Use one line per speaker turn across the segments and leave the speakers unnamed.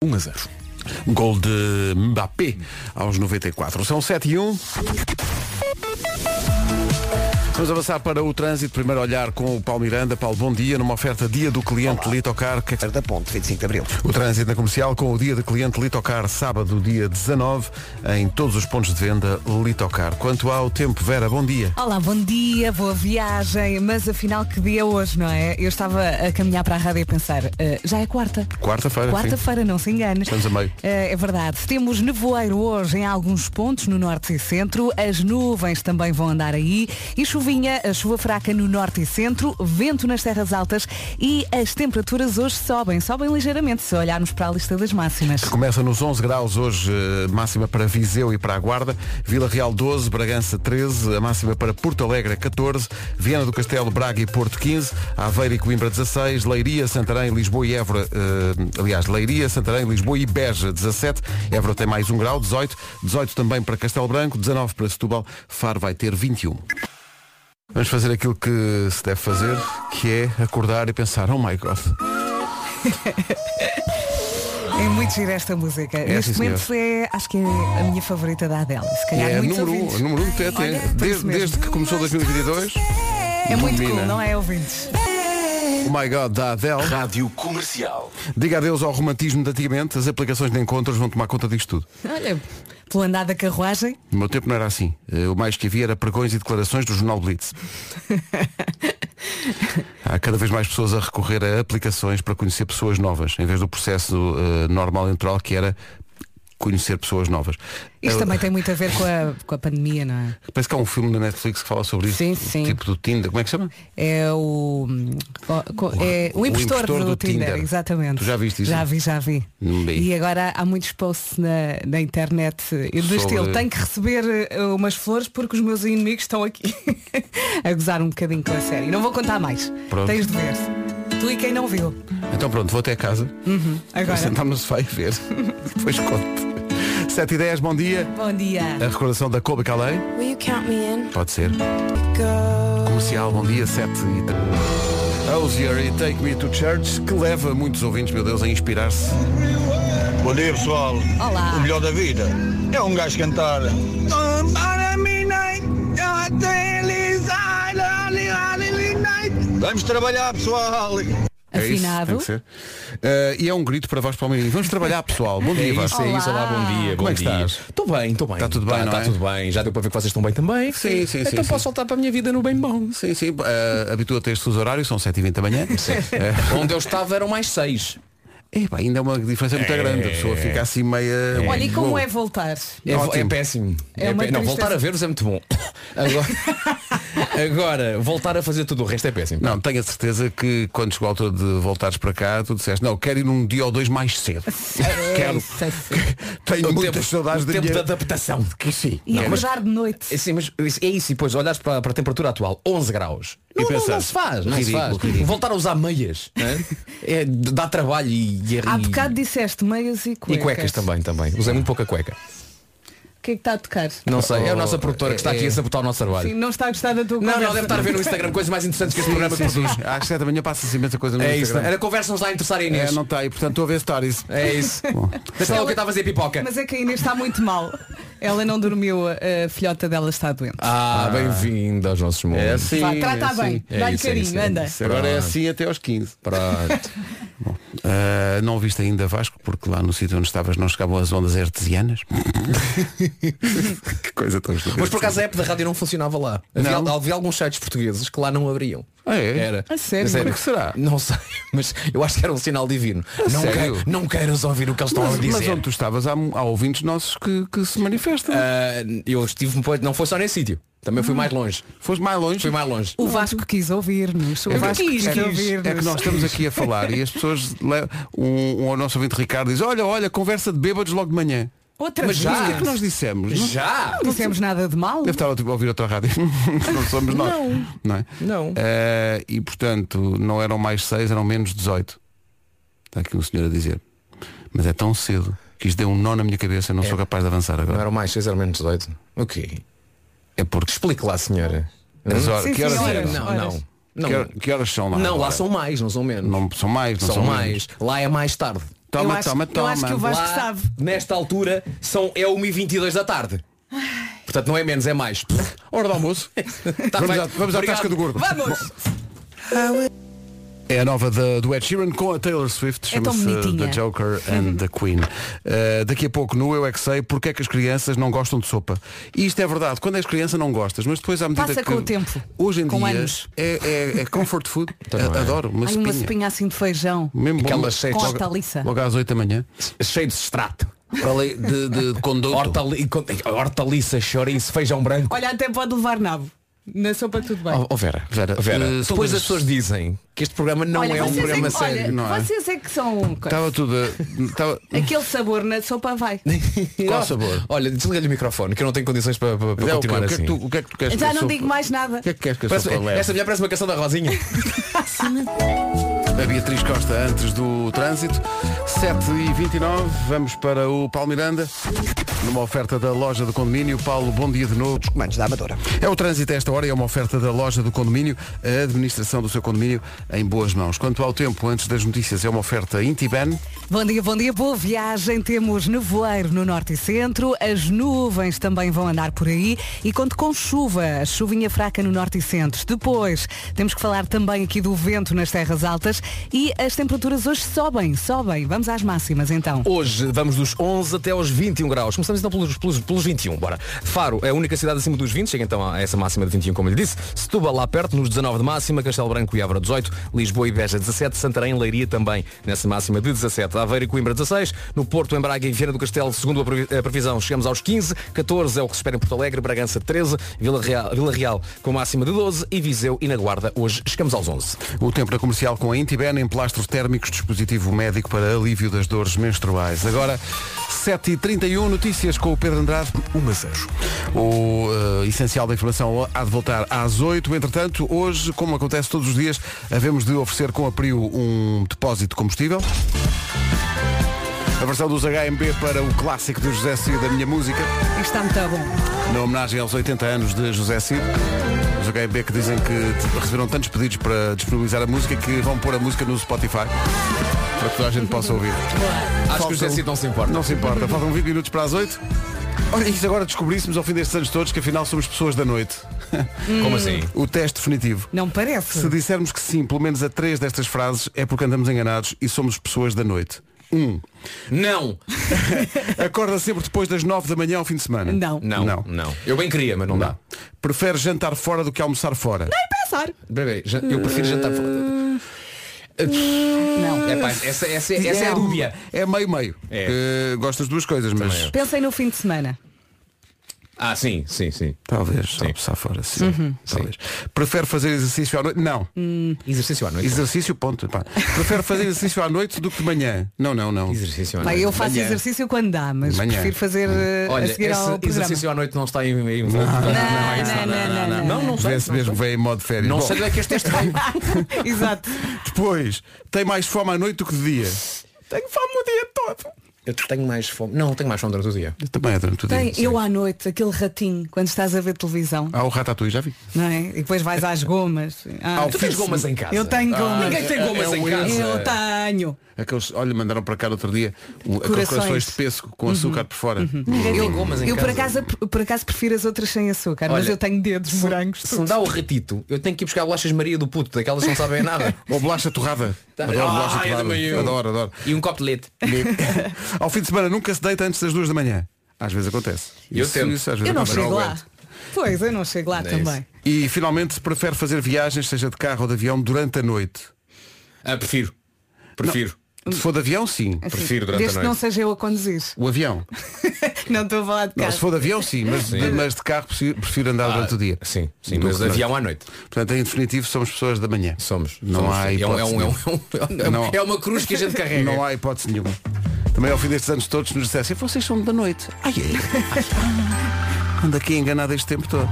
Um
a 0. Gol de Mbappé aos 94. São 7 e 1. Vamos avançar para o trânsito. Primeiro olhar com o Paulo Miranda. Paulo, bom dia. Numa oferta dia do cliente Litocar. Que é que
da Ponte, 25 de Abril.
o trânsito na comercial com o dia de cliente Litocar, sábado, dia 19, em todos os pontos de venda Litocar. Quanto ao tempo, Vera, bom dia.
Olá, bom dia, boa viagem. Mas afinal, que dia hoje, não é? Eu estava a caminhar para a rádio e a pensar, eh, já é quarta.
Quarta-feira. sim.
Quarta-feira, não se engane.
Estamos a meio.
Eh, é verdade. Temos nevoeiro hoje em alguns pontos no norte e centro. As nuvens também vão andar aí. E chuvinha, a chuva fraca no norte e centro, vento nas terras altas e as temperaturas hoje sobem, sobem ligeiramente se olharmos para a lista das máximas.
Começa nos 11 graus hoje, eh, máxima para Viseu e para a Guarda, Vila Real 12, Bragança 13, a máxima para Porto Alegre 14, Viana do Castelo, Braga e Porto 15, Aveiro e Coimbra 16, Leiria, Santarém, Lisboa e Évora, eh, aliás, Leiria, Santarém, Lisboa e Beja 17, Évora tem mais um grau, 18, 18 também para Castelo Branco, 19 para Setúbal, Faro vai ter 21. Vamos fazer aquilo que se deve fazer, que é acordar e pensar, oh my god,
É muito gira esta música.
É,
Neste
sim,
momento é, acho que é a minha favorita da Adele. Se calhar
é
muitos
número 1,
ouvintes.
um, número 1 um, até, até.
Olha, por
desde,
isso mesmo.
desde que começou 2022.
É muito
Domina.
cool, não é, ouvintes?
Oh my God, da Adele.
Rádio Comercial.
Diga adeus ao romantismo de antigamente, as aplicações de encontros vão tomar conta disto tudo.
Olha, pelo andar da carruagem,
No meu tempo não era assim. Eh, O mais que havia era pregões e declarações do Jornal Blitz. Há cada vez mais pessoas a recorrer a aplicações para conhecer pessoas novas, em vez do processo eh, normal e natural que era conhecer pessoas novas.
isto
Eh,
também tem muito a ver com a, com a pandemia, não é?
Parece que há um filme na Netflix que fala sobre isso.
Sim, sim.
Tipo do Tinder. Como é que chama?
É o, o- co- é o,
O
impostor,
impostor
do,
do
Tinder,
Tinder.
exatamente.
Tu já viste isso?
Já vi, já vi.
Hum, bem.
E agora há muitos posts na, na internet eh, do
Sobre-
estilo, tenho que receber eh, umas flores porque os meus inimigos estão aqui a gozar um bocadinho com a série. Não vou contar mais.
Pronto.
Tens de ver. Tu e quem não viu.
Então pronto, vou até casa. Vou
Agora.
sentar-me no sofá e ver. Depois conto. 7 e 10, bom dia.
Bom dia.
A
Ah,
recordação da Kobe Calais.
Will you count me in?
Pode ser.
Go.
Comercial, bom dia, 7 e 3. Osier e Take Me to Church, que leva muitos ouvintes, meu Deus, a inspirar-se.
Bom dia pessoal.
Olá.
O melhor da vida é um gajo cantar. Vamos trabalhar pessoal.
É isso,
Afinado.
tem que ser. Ah, e é um grito para Vasco Palmeirinho. Vamos trabalhar, pessoal. Bom dia,
É
Vasco.
isso, é isso. Olá, bom dia. bom
Como é que
dia.
estás?
Estou bem, estou bem.
Está tudo bem,
Está
não é?
tudo bem. Já deu para ver que vocês estão bem também.
Sim, sim, sim,
Então
sim.
posso voltar para a minha vida no bem bom.
Sim, sim. ah, Habitua-te a estes horários, são 7h20 da manhã. Ah,
Onde eu estava eram mais seis.
epá, ainda é uma diferença muito grande. A pessoa fica assim meia.
Olha, e como
Bom,
é voltar?
É, vo-
Ótimo.
é péssimo.
É
É
uma
pé- Não,
tristeza.
voltar a ver-vos é muito bom. Agora, agora, voltar a fazer tudo o resto é péssimo.
Não, tenho a certeza que quando chegou a altura de voltares para cá, tu disseste, não, quero ir um dia ou dois mais cedo. quero. é Tenho
O
muitas
um tempo-
saudades
o
da
tempo
minha...
de adaptação.
Que sim.
E
Não, mas-
acordar de noite.
É, Sim, mas isso- é isso, e depois olhas para, para a temperatura atual, 11 graus.
E
Não, não-
pensas,
não se faz, não se
ridículo,
faz.
ridículo.
Voltar a usar meias. né? É, dá trabalho e, e,
Há
e-
bocado disseste meias e
e
cuecas.
cuecas também, também. Usei muito pouca cueca.
O que é que está a tocar?
Não sei, é a nossa produtora que está aqui a sabotar o nosso trabalho.
Sim, não está a gostar da tua
Não, não,
conversa.
deve estar a ver no Instagram coisas mais interessantes que este programa
Sim, sim,
produz.
sim. Às 7 da manhã passa-se imensa coisa no
É isso,
Instagram.
era conversas lá a interessar a
É,
Inês.
não está aí, portanto estou a ver stories.
É isso.
Bom.
Deixa lá o que eu estava a fazer pipoca.
Mas é que a Inês está muito mal. Ela não dormiu, a filhota dela está doente.
Ah, É, bem-vindo aos nossos mundos.
assim.
Vá, trata a bem,
É
dá-lhe
isso, é
carinho,
isso, é
anda.
isso.
Agora é
Pronto.
assim até aos 15.
Pronto.
Ah, não viste ainda Vasco, porque lá no sítio onde estavas não chegavam as ondas artesianas. que coisa tão estúpida.
Mas por acaso a app da rádio não funcionava lá. Havia,
Não?
havia alguns sites portugueses que lá não abriam.
Ah, é?
Era.
A sério? Como é que
será? Ah,
Não sei, mas eu acho que era um sinal divino. Não,
sério?
quei- não queiras ouvir o que eles estão a
Mas, mas
dizer.
onde tu estavas, há, há ouvintes nossos que, que se manifestam.
Ah, eu estive, pois, não foi só nesse sítio. Também
Ah.
fui mais longe.
Foste mais longe.
Fui mais longe.
O Vasco quis ouvir-nos. O
É que-
Vasco
é
quis,
que-
ouvir-nos.
É que nós estamos aqui a falar e as pessoas le- um, um, o nosso ouvinte Ricardo diz, olha, olha, conversa de bêbados logo de manhã.
Outra
Mas
vez.
já.
Mas o que é que nós dissemos? Não-
Já!
Não dissemos nada de mal.
Deve estar a ouvir outra rádio. não somos nós. Não. é?
Não.
Eh, e portanto, não eram mais 6, eram menos 18. Está aqui um senhor a dizer. Mas é tão cedo que isto deu um nó na minha cabeça, eu
É.
não sou capaz de avançar
Não
agora.
eram mais 6, eram menos 18. O quê?
É porque
Explique lá, senhora. Hum?
as horas,
Sim,
que, horas
sim,
eram?
horas.
Não, não.
Que,
Não,
hor- que horas são lá?
não lá
agora?
são mais, não são menos.
Não, são mais, não
são mais. Lá é mais tarde.
Toma,
acho-
toma,
eu
toma.
acho que o Vasco- Acho que
Lá,
sabe.
nesta altura, são, é 1h22 da tarde. Portanto, não é menos, é mais.
Hora do almoço.
Tá
vamos
bem.
à, vamos à
Obrigado.
tasca do gordo.
Vamos!
É a nova da- do Ed Sheeran com a Taylor Swift,
É tão
chama-se
bonitinha.
The Joker and the Queen. Uh, daqui a pouco no Eu É Que Sei, porque é que as crianças não gostam de sopa? E isto é verdade, quando és criança não gostas, mas depois à medida
Passa
que...
com o tempo,
Hoje em
com
dia
anos.
É, é- é comfort food,
Então não
A-
é.
adoro, uma
Ai,
sopinha.
uma espinha assim de feijão.
Mesmo bom,
Aquelas sete-
Com
logo,
hortaliça.
logo às 8 da manhã.
Cheio de extrato.
Falei de, de, de conduto.
Hortali con- hortaliça, chouriço, feijão branco.
Olha, até pode levar nabo. Na sopa tudo bem.
Oh, oh, Vera,
Vera, eh,
depois
todas-
as pessoas dizem que este programa não
Olha,
é um
vocês
programa
é que,
sério.
olha,
não é?
vocês é que são um coisa.
Estava tudo... a- Estava...
Aquele sabor na sopa vai.
assim. Qual sabor?
Olha, desliga-lhe o microfone, que eu não tenho condições para, para- para
Zé, o, quê?
continuar
o que é que
assim.
tu, o que é que tu queres que
Já
a
não
sopa-
digo mais nada.
O que é que queres que a
Parece-
sopa leve?
esta mulher parece uma canção da Rosinha.
A Beatriz Costa antes do trânsito. 7h29, vamos para o Paulo Miranda. Numa oferta da loja do condomínio. Paulo, bom dia de novo.
Comandos da Amadora.
É o trânsito a esta hora e é uma oferta da loja do condomínio. A administração do seu condomínio em boas mãos. Quanto ao tempo, antes das notícias, é uma oferta Intiban.
Bom dia, bom dia, boa viagem. Temos nevoeiro no norte e centro, as nuvens também vão andar por aí e conto com chuva, chuvinha fraca no norte e centro. Depois, temos que falar também aqui do vento nas terras altas e as temperaturas hoje sobem, sobem. Vamos às máximas então.
Hoje vamos dos 11 até aos 21 graus. Começamos então pelos, pelos, pelos 21, bora. Faro é a única cidade acima dos 20, chega então a essa máxima de 21, como lhe disse. Setúbal lá perto, nos 19 de máxima, Castelo Branco e Évora 18, Lisboa e Beja 17, Santarém, Leiria também nessa máxima de 17, Aveiro e Coimbra 16, no Porto, em Braga e Viana do Castelo, segundo a previ- a previsão, chegamos aos 15, 14 é o que se espera em Porto Alegre, Bragança 13, Vila Real, Vila Real com máxima de 12 e Viseu e na Guarda hoje chegamos aos 11.
O tempo na comercial com a Intiben, emplastros térmicos, dispositivo médico para alívio das dores menstruais. Agora, 7h31, notícias com o Pedro Andrade. 1 a 0. O eh, essencial da informação há de voltar às 8. Entretanto, hoje, como acontece todos os dias, havemos de oferecer com a PRIO um depósito de combustível. A versão dos HMB para o clássico de José Cid, da minha música,
Está muito bom.
na homenagem aos 80 anos de José Cid. Os HMB que dizem que receberam tantos pedidos para disponibilizar a música que vão pôr a música no Spotify para que toda a gente possa ouvir. um-
Acho que o José Cid não se importa.
Não se importa. Faltam 20 minutos para as 8. Olha, isto agora descobríssemos ao fim destes anos todos que afinal somos pessoas da noite.
Como assim?
O teste definitivo.
Não
Se
parece?
dissermos que sim, pelo menos a três destas frases, é porque andamos enganados e somos pessoas da noite. Um.
Não!
Acorda sempre depois das 9 da manhã ao fim de semana.
Não.
Não,
Não.
não, Eu bem queria, mas não, dá.
Não. Prefere jantar fora do que almoçar fora.
É Pensar.
Bebê, já- eu prefiro jantar fora.
Não.
É pá, essa, essa, essa é a
um-
dúvida.
É meio-meio.
É.
Eh, gosto das duas coisas, mas.
Também eu.
Pensem no fim de semana.
Ah, sim, sim, sim.
Talvez, sim. almoçar fora, sim.
Uhum.
Talvez. Prefere fazer exercício à noite? Não.
Hum. Exercício à noite.
Exercício, ponto. Pá. Prefere fazer exercício à noite do que de manhã? Não, não, não.
exercício à
Bem,
noite.
eu faço
Manhã.
exercício quando dá, mas
Manhã.
prefiro fazer eh,
Olha,
a seguir
esse
ao programa.
exercício à noite não está em, em não, não, é isso,
não, não, não,
não, não sei.
Vê-se mesmo, vem em modo férias.
Não
Bom,
sei onde é que este teste veio.
Exato.
Depois, tem mais fome à noite do que de dia?
tenho fome o dia todo. Eu tenho mais fome. Não, tenho mais fome durante o dia.
Eu também é durante o dia.
Tem, eu à noite, aquele ratinho, quando estás a ver televisão,
Ah.
Há o Ratatouille, já vi.
não é? E depois vais às gomas. Ah,
Ao
Tu tens gomas em casa. Ah,
eu tenho gomas.
Ninguém tem
é-
gomas
é um
em casa.
Eu tenho.
Aqueles, olha, mandaram para cá no outro dia um, aqueles
Corações.
corações de pêssego
Uhum.
com açúcar por fora.
Ninguém tem gomas em
Eu por
casa.
acaso, por acaso prefiro as outras sem açúcar, mas
Olha,
eu tenho dedos morangos.
Se me dá o ratito, eu tenho que ir buscar bolachas Maria do puto, daquelas que não sabem nada.
Ou bolacha torrada. Adoro
Ah,
bolacha
eu
torrada.
também eu.
Adoro, adoro.
E um copo de leite.
Ao fim de semana nunca se deita antes das duas da manhã. Às vezes acontece.
Eu tento.
às vezes
Eu não
acontece.
chego lá.
aguento.
Pois, eu não chego lá
É
também.
E finalmente se prefere fazer viagens, seja de carro ou de avião, durante a noite.
Ah, prefiro. Prefiro.
Se for de avião, sim.
Assim,
Prefiro durante a
Desde que não
noite.
seja eu a conduzir.
O avião.
Não estou a falar de
Não, se
casa.
for de avião, sim, mas, De, mas de carro prefiro- prefiro andar durante o dia.
Ah, Sim, sim,
Do
mas
que de
avião
noite.
à noite.
Portanto, em definitivo, somos pessoas da manhã.
Somos.
Não
Somos. É
há
um- é
hipótese
um- é um-
nenhuma.
é um-
Não-
é uma cruz que a gente carrega.
Não há hipótese nenhuma. Também ao fim destes anos todos nos dissessem, vocês são da noite. Ai, ai, ai. Ando aqui enganado este tempo todo.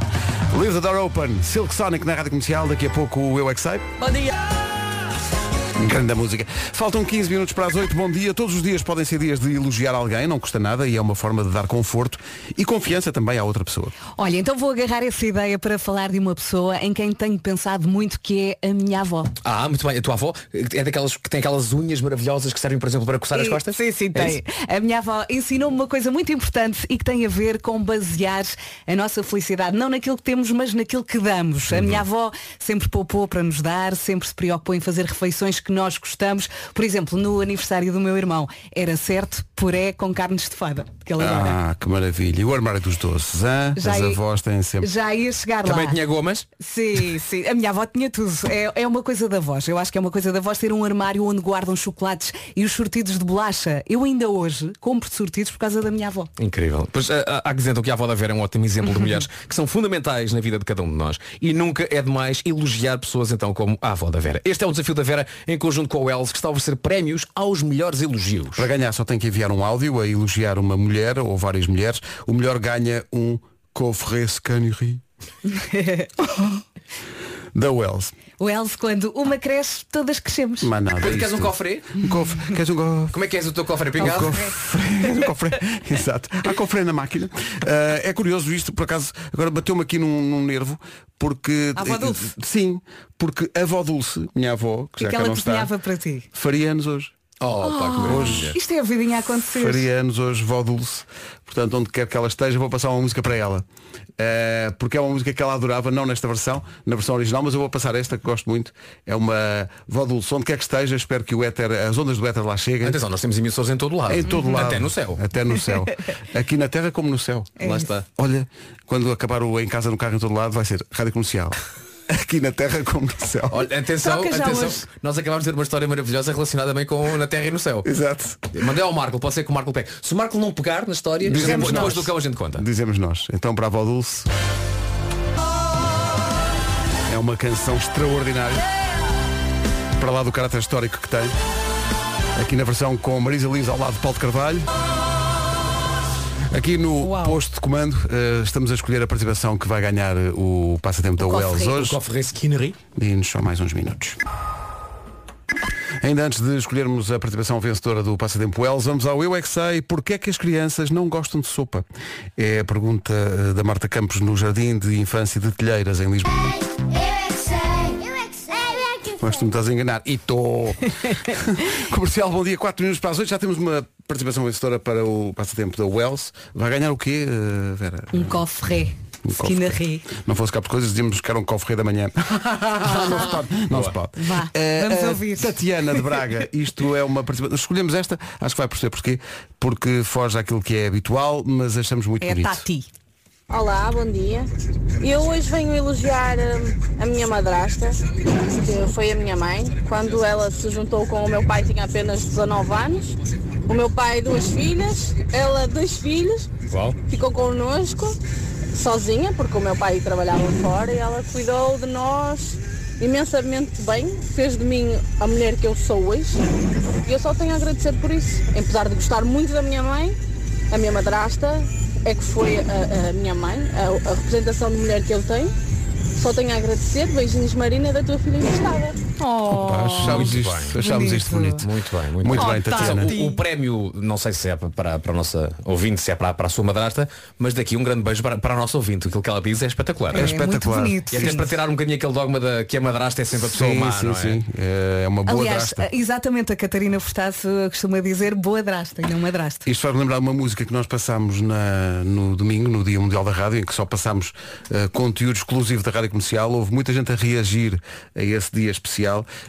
Leave the door open. Silk Sonic na rádio comercial. Daqui a pouco o Eu é Que Sei.
Bom dia.
Grande música. Faltam 15 minutos para as 8. Bom dia. Todos os dias podem ser dias de elogiar alguém, não custa nada e é uma forma de dar conforto e confiança também à outra pessoa.
Olha, então vou agarrar essa ideia para falar de uma pessoa em quem tenho pensado muito, que é a minha avó.
Ah, muito bem. A tua avó é daquelas que tem aquelas unhas maravilhosas que servem, por exemplo, para coçar as
E-
costas?
Sim, sim,
É
tem.
isso?
a minha avó ensinou-me uma coisa muito importante e que tem a ver com basear a nossa felicidade, não naquilo que temos, mas naquilo que damos. A
Uhum.
minha avó sempre poupou para nos dar, sempre se preocupou em fazer refeições que nós gostamos. Por exemplo, no aniversário do meu irmão, era certo puré com carnes de fada, que ele adora.
Ah, que maravilha. E o armário dos doces, hã?
Já
As
ia-
avós têm sempre.
Já ia chegar
Também
lá.
tinha gomas.
Sim, sim. A minha avó tinha tudo. É, é uma coisa da voz. Eu acho que é uma coisa da voz ter um armário onde guardam chocolates e os sortidos de bolacha. Eu ainda hoje compro sortidos por causa da minha avó.
Incrível. Pois ah, ah, há que dizer então que a avó da Vera é um ótimo exemplo de mulheres que são fundamentais na vida de cada um de nós. E nunca é demais elogiar pessoas então como a avó da Vera. Este é um desafio da Vera em conjunto com o Els que está a oferecer prémios aos melhores elogios.
Para ganhar só tem que enviar um áudio a elogiar uma mulher ou várias mulheres. O melhor ganha um coffret scannery da Wells.
O Elze, quando uma cresce, todas crescemos.
Mas nada.
Queres
isto-
um cofre?
Um cofre. Queres um cofre?
Como é que és o teu cofre
Um
pingado?
cofre. Um cofre. Exato. Há cofre na máquina. Ah, é curioso isto, por acaso, agora bateu-me aqui num, num nervo, porque. eh,
A avó Dulce.
Sim, porque a avó Dulce, minha avó, que já cá
Aquela
não
que
está,
cozinhava para ti.
faria anos hoje. tá,
Oh, pá, que maravilha.
Isto é a vidinha a acontecer.
Faria anos hoje, vó Dulce. Portanto, onde quer que ela esteja, vou passar uma música para ela. Eh, porque é uma música que ela adorava, não nesta versão, na versão original, mas eu vou passar esta que gosto muito. É uma vó Dulce, onde quer que esteja, espero que o éter, as ondas do éter lá cheguem.
Atenção, nós temos emissores em todo lado.
Em todo lado.
Até no céu.
Até no céu. Aqui na Terra como no céu.
Lá está.
Olha, quando acabar o em casa, no carro, em todo lado, vai ser rádio comercial. Aqui na Terra como no céu.
Olha, atenção,
Troca já
atenção.
hoje.
Nós acabámos de ter uma história maravilhosa relacionada bem com na Terra e no céu.
Exato.
Mandei ao Marco, pode ser que o Marco pegue. Se o Marco não pegar na história,
Dizemos
depois
nós.
do cão a gente conta.
Dizemos nós. Então, para a vó Dulce. É uma canção extraordinária. Para lá do caráter histórico que tem. Aqui na versão com Marisa Lins ao lado de Paulo de Carvalho. Aqui no
Uau.
posto de comando eh, estamos a escolher a participação que vai ganhar eh, o passatempo da
cofre.
Wells
O
hoje.
Cofre Skinnery.
Diz-nos só mais uns minutos. Ainda antes de escolhermos a participação vencedora do Passatempo Wells, vamos ao Eu é que sei, porquê é que as crianças não gostam de sopa? É a pergunta eh, da Marta Campos no Jardim de Infância de Telheiras, em Lisboa. Mas tu me estás a enganar. E estou. Comercial, bom dia, 4 minutos para as 8. Já temos uma participação vencedora para o Passatempo da Wells. Vai ganhar o quê, eh, Vera?
Um cofre.
Um cofre.
Skinnery.
Não fosse cá por coisas, dizíamos buscar um cofre da manhã. não se pode. Não se pode.
Vá,
Eh,
vamos
eh,
ouvir.
Tatiana de Braga, isto é uma participação. Escolhemos esta, acho que vai perceber porquê. Porque foge àquilo que é habitual, mas achamos muito
É
bonito.
Tati.
Olá, bom dia. Eu hoje venho elogiar hum, a minha madrasta, que foi a minha mãe, quando ela se juntou com o meu pai tinha apenas 19 anos. O meu pai duas filhas, ela dois filhos, ficou connosco sozinha, porque o meu pai trabalhava fora e ela cuidou de nós imensamente bem, fez de mim a mulher que eu sou hoje. E eu só tenho a agradecer por isso, apesar de gostar muito da minha mãe, a minha madrasta é que foi a, a minha mãe, a, a representação de mulher que eu tenho. Só tenho a agradecer. Beijinhos, Marina, da tua filha emprestada.
É
Oh,
Pá, Achámos,
Muito
isto,
bem.
achámos isto
Bonito.
bonito.
Muito bem, muito,
Muito
bem.
bem, Tatiana.
O, o prémio, não sei se é para, para a nossa ouvinte, se é para, para a sua madrasta, mas daqui um grande beijo para, para a nossa ouvinte. Aquilo que ela diz é espetacular.
É
é muito
espetacular.
bonito.
E até
sim.
para tirar um bocadinho aquele dogma da que a madrasta é sempre a pessoa
sim,
má,
sim,
não é?
sim. Eh, É uma boa
Aliás,
drasta.
exatamente a Catarina Furtado costuma dizer boa drasta e não madrasta.
Isto faz-me lembrar uma música que nós passámos na- no domingo, no Dia Mundial da Rádio, em que só passámos eh, conteúdo exclusivo da Rádio Comercial. Houve muita gente a reagir a esse dia especial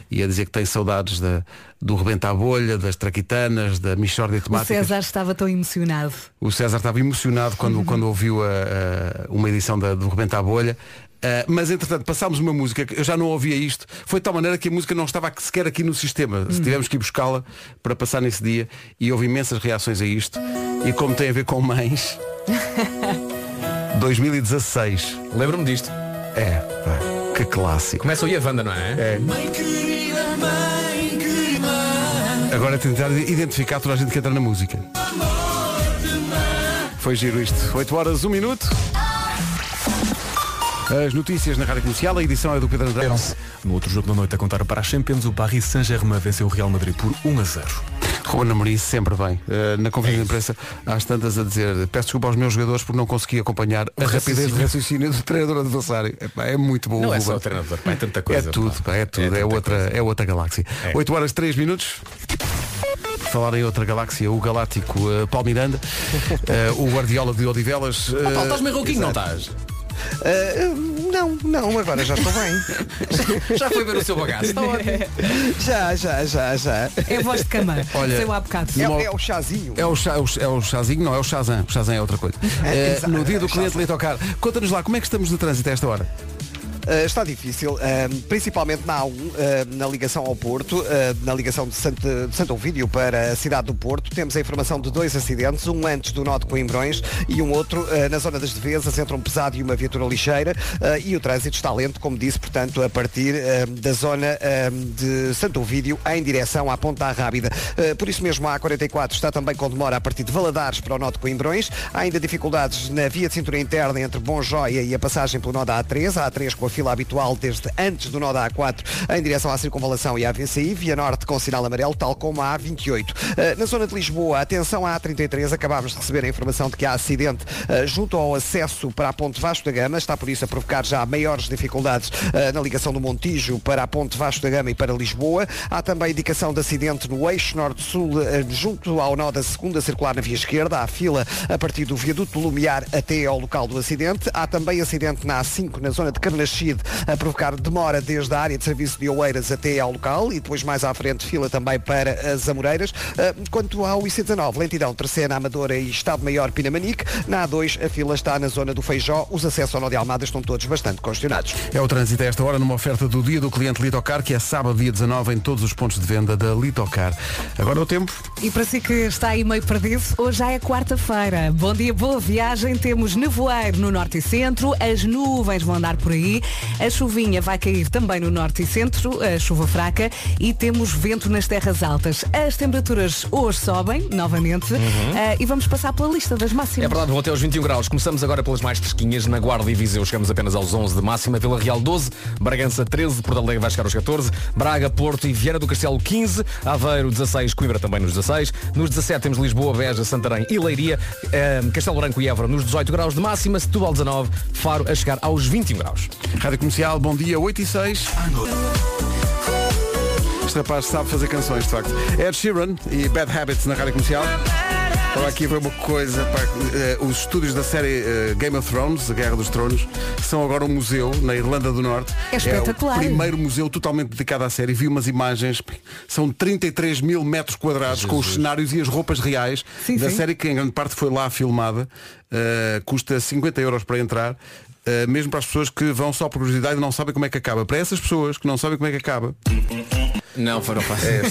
e a dizer que tem saudades da- do Rebenta à Bolha, das Traquitanas, da Michórdia
O
Temática.
César estava tão emocionado.
O César estava emocionado quando, quando ouviu a- a- uma edição da, do Rebenta à Bolha. Ah, mas entretanto passámos uma música que eu já não ouvia isto foi de tal maneira que a música não estava sequer aqui no sistema tivemos que ir buscá-la para passar nesse dia e houve imensas reações a isto e como tem a ver com mães 2016
Lembro-me disto.
é pá, que clássico
Começa o Iavanda, não é?
Agora é tentar identificar toda a gente que entra na música. Foi giro isto. 8 horas, 1 minuto. um As notícias na Rádio Comercial, a edição é do Pedro Andrade.
No outro jogo da noite a contar para as Champions, o Paris Saint-Germain venceu o Real Madrid por 1 a 0.
Ruben Amorim sempre bem. Eh, na conferência de imprensa, às tantas a dizer peço desculpa aos meus jogadores porque não consegui acompanhar a rapidez de raciocínio do treinador adversário. Epá, é muito bom
Não
o
é só
Ruben.
o treinador, pá, é tanta coisa,
É tudo,
pá.
pá, é tudo.
É
É,
tanta
outra, é outra galáxia.
É.
8 horas 3 minutos. Falar em outra galáxia, o galáctico eh, Paulo Miranda, eh, o Guardiola de Odivelas. eh,
Paulo, estás meio rouquinho, um não estás?
Eh, não, não, agora já estou bem.
Já foi ver o seu bagaço. Está ótimo.
já, já, já, já.
É voz de cama.
Olha,
Sei lá há bocado.
É,
Mo-
é o chazinho.
É o, chá, é, o, chá- é o chazinho, não, é o chazan. O chazan é outra coisa. Eh,
exa-
no dia
é
do
o
cliente
Shazam.
lhe tocar. Conta-nos lá, como é que estamos de trânsito a esta hora?
Uh, está difícil, uh, principalmente na A1, uh, na ligação ao Porto, uh, na ligação de Santo, de Santo Ovídio para a cidade do Porto. Temos a informação de dois acidentes, um antes do nó de Coimbrões e um outro uh, na zona das Devesas, entre um pesado e uma viatura lixeira. uh, e o trânsito está lento, como disse, portanto, a partir uh, da zona um, de Santo Ovídio em direção à Ponta Rábida. Uh, por isso mesmo, a A44 está também com demora a partir de Valadares para o nó de Coimbrões. Há ainda dificuldades na via de cintura interna entre Bom Joia e a passagem pelo nó da A3. A A3 com a fila habitual desde antes do nó da A4 em direção à circunvalação e à VCI. Via Norte com sinal amarelo, tal como a A28. Eh, na zona de Lisboa, atenção à A33. Acabámos de receber a informação de que há acidente eh, junto ao acesso para a Ponte Vasco da Gama. Está por isso a provocar já maiores dificuldades eh, na ligação do Montijo para a Ponte Vasco da Gama e para Lisboa. Há também indicação de acidente no eixo norte-sul, eh, junto ao nó da segunda circular na via esquerda. Há fila a partir do viaduto do Lumiar até ao local do acidente. Há também acidente na A5, na zona de Carnaxide, a provocar demora desde a área de serviço de Oeiras até ao local e depois mais à frente fila também para as Amoreiras. Eh, Quanto ao IC19, lentidão terceira Amadora e Estado Maior Pinamanique, na A2 a fila está na zona do Feijó. Os acessos ao nó de Almada estão todos bastante congestionados.
É o trânsito a esta hora numa oferta do dia do cliente Litocar, que é sábado, dia 19, em todos os pontos de venda da Litocar. Agora o tempo.
E para si que está aí meio perdido, hoje já é quarta-feira. Bom dia, boa viagem. Temos nevoeiro no norte e centro, as nuvens vão andar por aí, a chuvinha vai cair também no norte e centro, a chuva fraca, e temos vento nas terras altas. As temperaturas hoje sobem, novamente, eh, e vamos passar pela lista das máximas.
Uhum. É verdade, vão até aos 21 graus. Começamos agora pelas mais fresquinhas. Na Guarda e Viseu chegamos apenas aos 11 de máxima. Vila Real 12, Bragança 13, Porto Alegre vai chegar aos 14, Braga, Porto e Viana do Castelo 15, Aveiro 16, Coimbra também nos 16. Nos 17 temos Lisboa, Beja, Santarém e Leiria, Ehm, Castelo Branco e Évora nos 18 graus de máxima, Setúbal 19, Faro a chegar aos 21 graus.
Rádio Comercial, bom dia, 8 e 6. Este rapaz sabe fazer canções, de facto. Ed Sheeran e Bad Habits na Rádio Comercial. Estava aqui a ver uma coisa, pá, eh, os estúdios da série eh, Game of Thrones, a Guerra dos Tronos, são agora um museu na Irlanda do Norte.
É espetacular.
o primeiro museu totalmente dedicado à série. Vi umas imagens, pá, são 33 mil metros quadrados com os cenários e as roupas reais
Sim,
da
sim.
série que em grande parte foi lá filmada. eh, custa 50 euros para entrar. eh, mesmo para as pessoas que vão só por curiosidade e não sabem como é que acaba. Para essas pessoas que não sabem como é que acaba, É
Não, foram fáceis.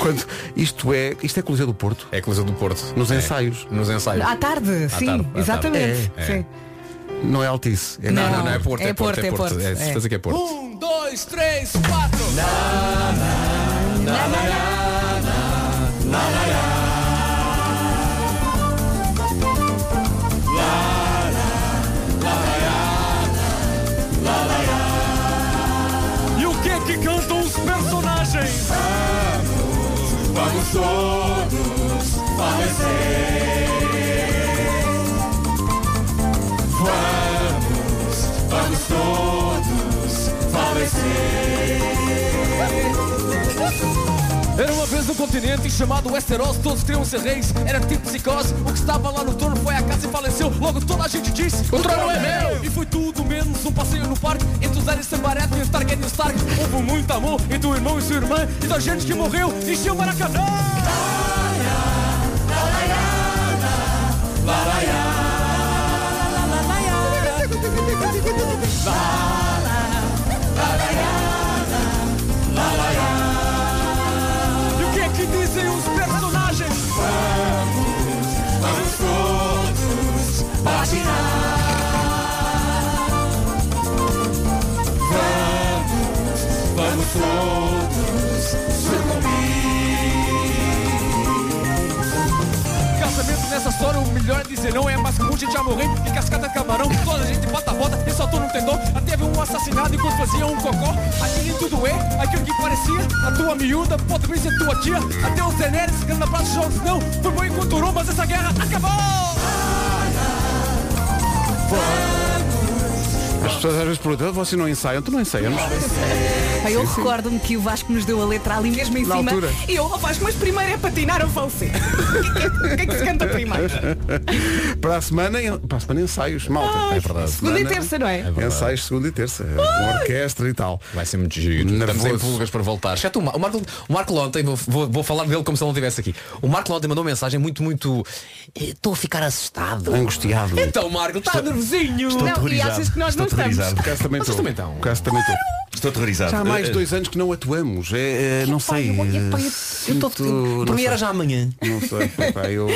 quando isto é, isto é Coliseu do Porto,
É a colisão do Porto.
nos ensaios,
Nos ensaios.
À tarde, sim,
tarde, à tarde.
exatamente.
É, é.
Sim.
não é Altice. É
Não, não, não, é Porto, é,
É
Porto,
Porto,
é Porto. É,
é.
certeza que é Porto. Um, dois, três, quatro.
E o que é que cantam os personagens?
Era uma vez um continente chamado Westeros, todos queriam ser reis, era tipo psicose. O que estava lá no trono foi a casa e faleceu, logo toda a gente disse: O trono é meu! E foi tudo menos um passeio no parque, entre os Ares Sambaret e os Targaryen e os Stark. Houve muito amor entre o irmão e sua irmã, e da gente que morreu, encheu o Maracanã! E o que é que dizem os personagens?
Vamos todos sucumbir. Vamos todos
nessa história, o melhor é dizer não é mais comum, gente já morreu de cascata de camarão, toda a gente bota a bota, eu só tô no tendão, já teve um assassinado enquanto fazia um cocó, aquilo tudo é, aquilo que parecia, a tua miúda, pode vir ser tua tia, até os Daenerys, grande abraço, Jones, não, foi bom enquanto durou, mas essa guerra acabou!
As pessoas às vezes perguntam, vocês não ensaiam? Tu não ensaiamos.
Pá, eu recordo-me que o Vasco nos deu a letra ali mesmo em
Na
cima.
altura.
E eu, oh Vasco, mas primeiro é patinar ou falsete? O que é que- o que é que se canta primeiro?
Para a semana, en- para a semana ensaios, malta.
É verdade. segunda e terça, não é? É
Ensaios segunda e terça, com orquestra e tal.
Vai ser muito giro.
Nervoso.
Estamos em pulgas para voltar. Exceto o, Mar- o Marco, o Marco ontem, vou, vou, vou falar dele como se ele não estivesse aqui. O Marco ontem mandou uma mensagem muito, muito. "Eh, Estou a ficar assustado.
Angustiado.
Então, Marco, está nervosinho.
Estou
Não, e
aterrorizado.
achas que nós
Estou
não estamos?
aterrorizado.
O caso também
Vocês
estou.
também estão. É,
O caso também estou.
Estou aterrorizado.
Já há mais
Eh,
de dois anos que não atuamos. É, é, não sei.
Eu estou.
sinto-
Para
não
mim era
sei.
já amanhã.
Não sei. Epá, eu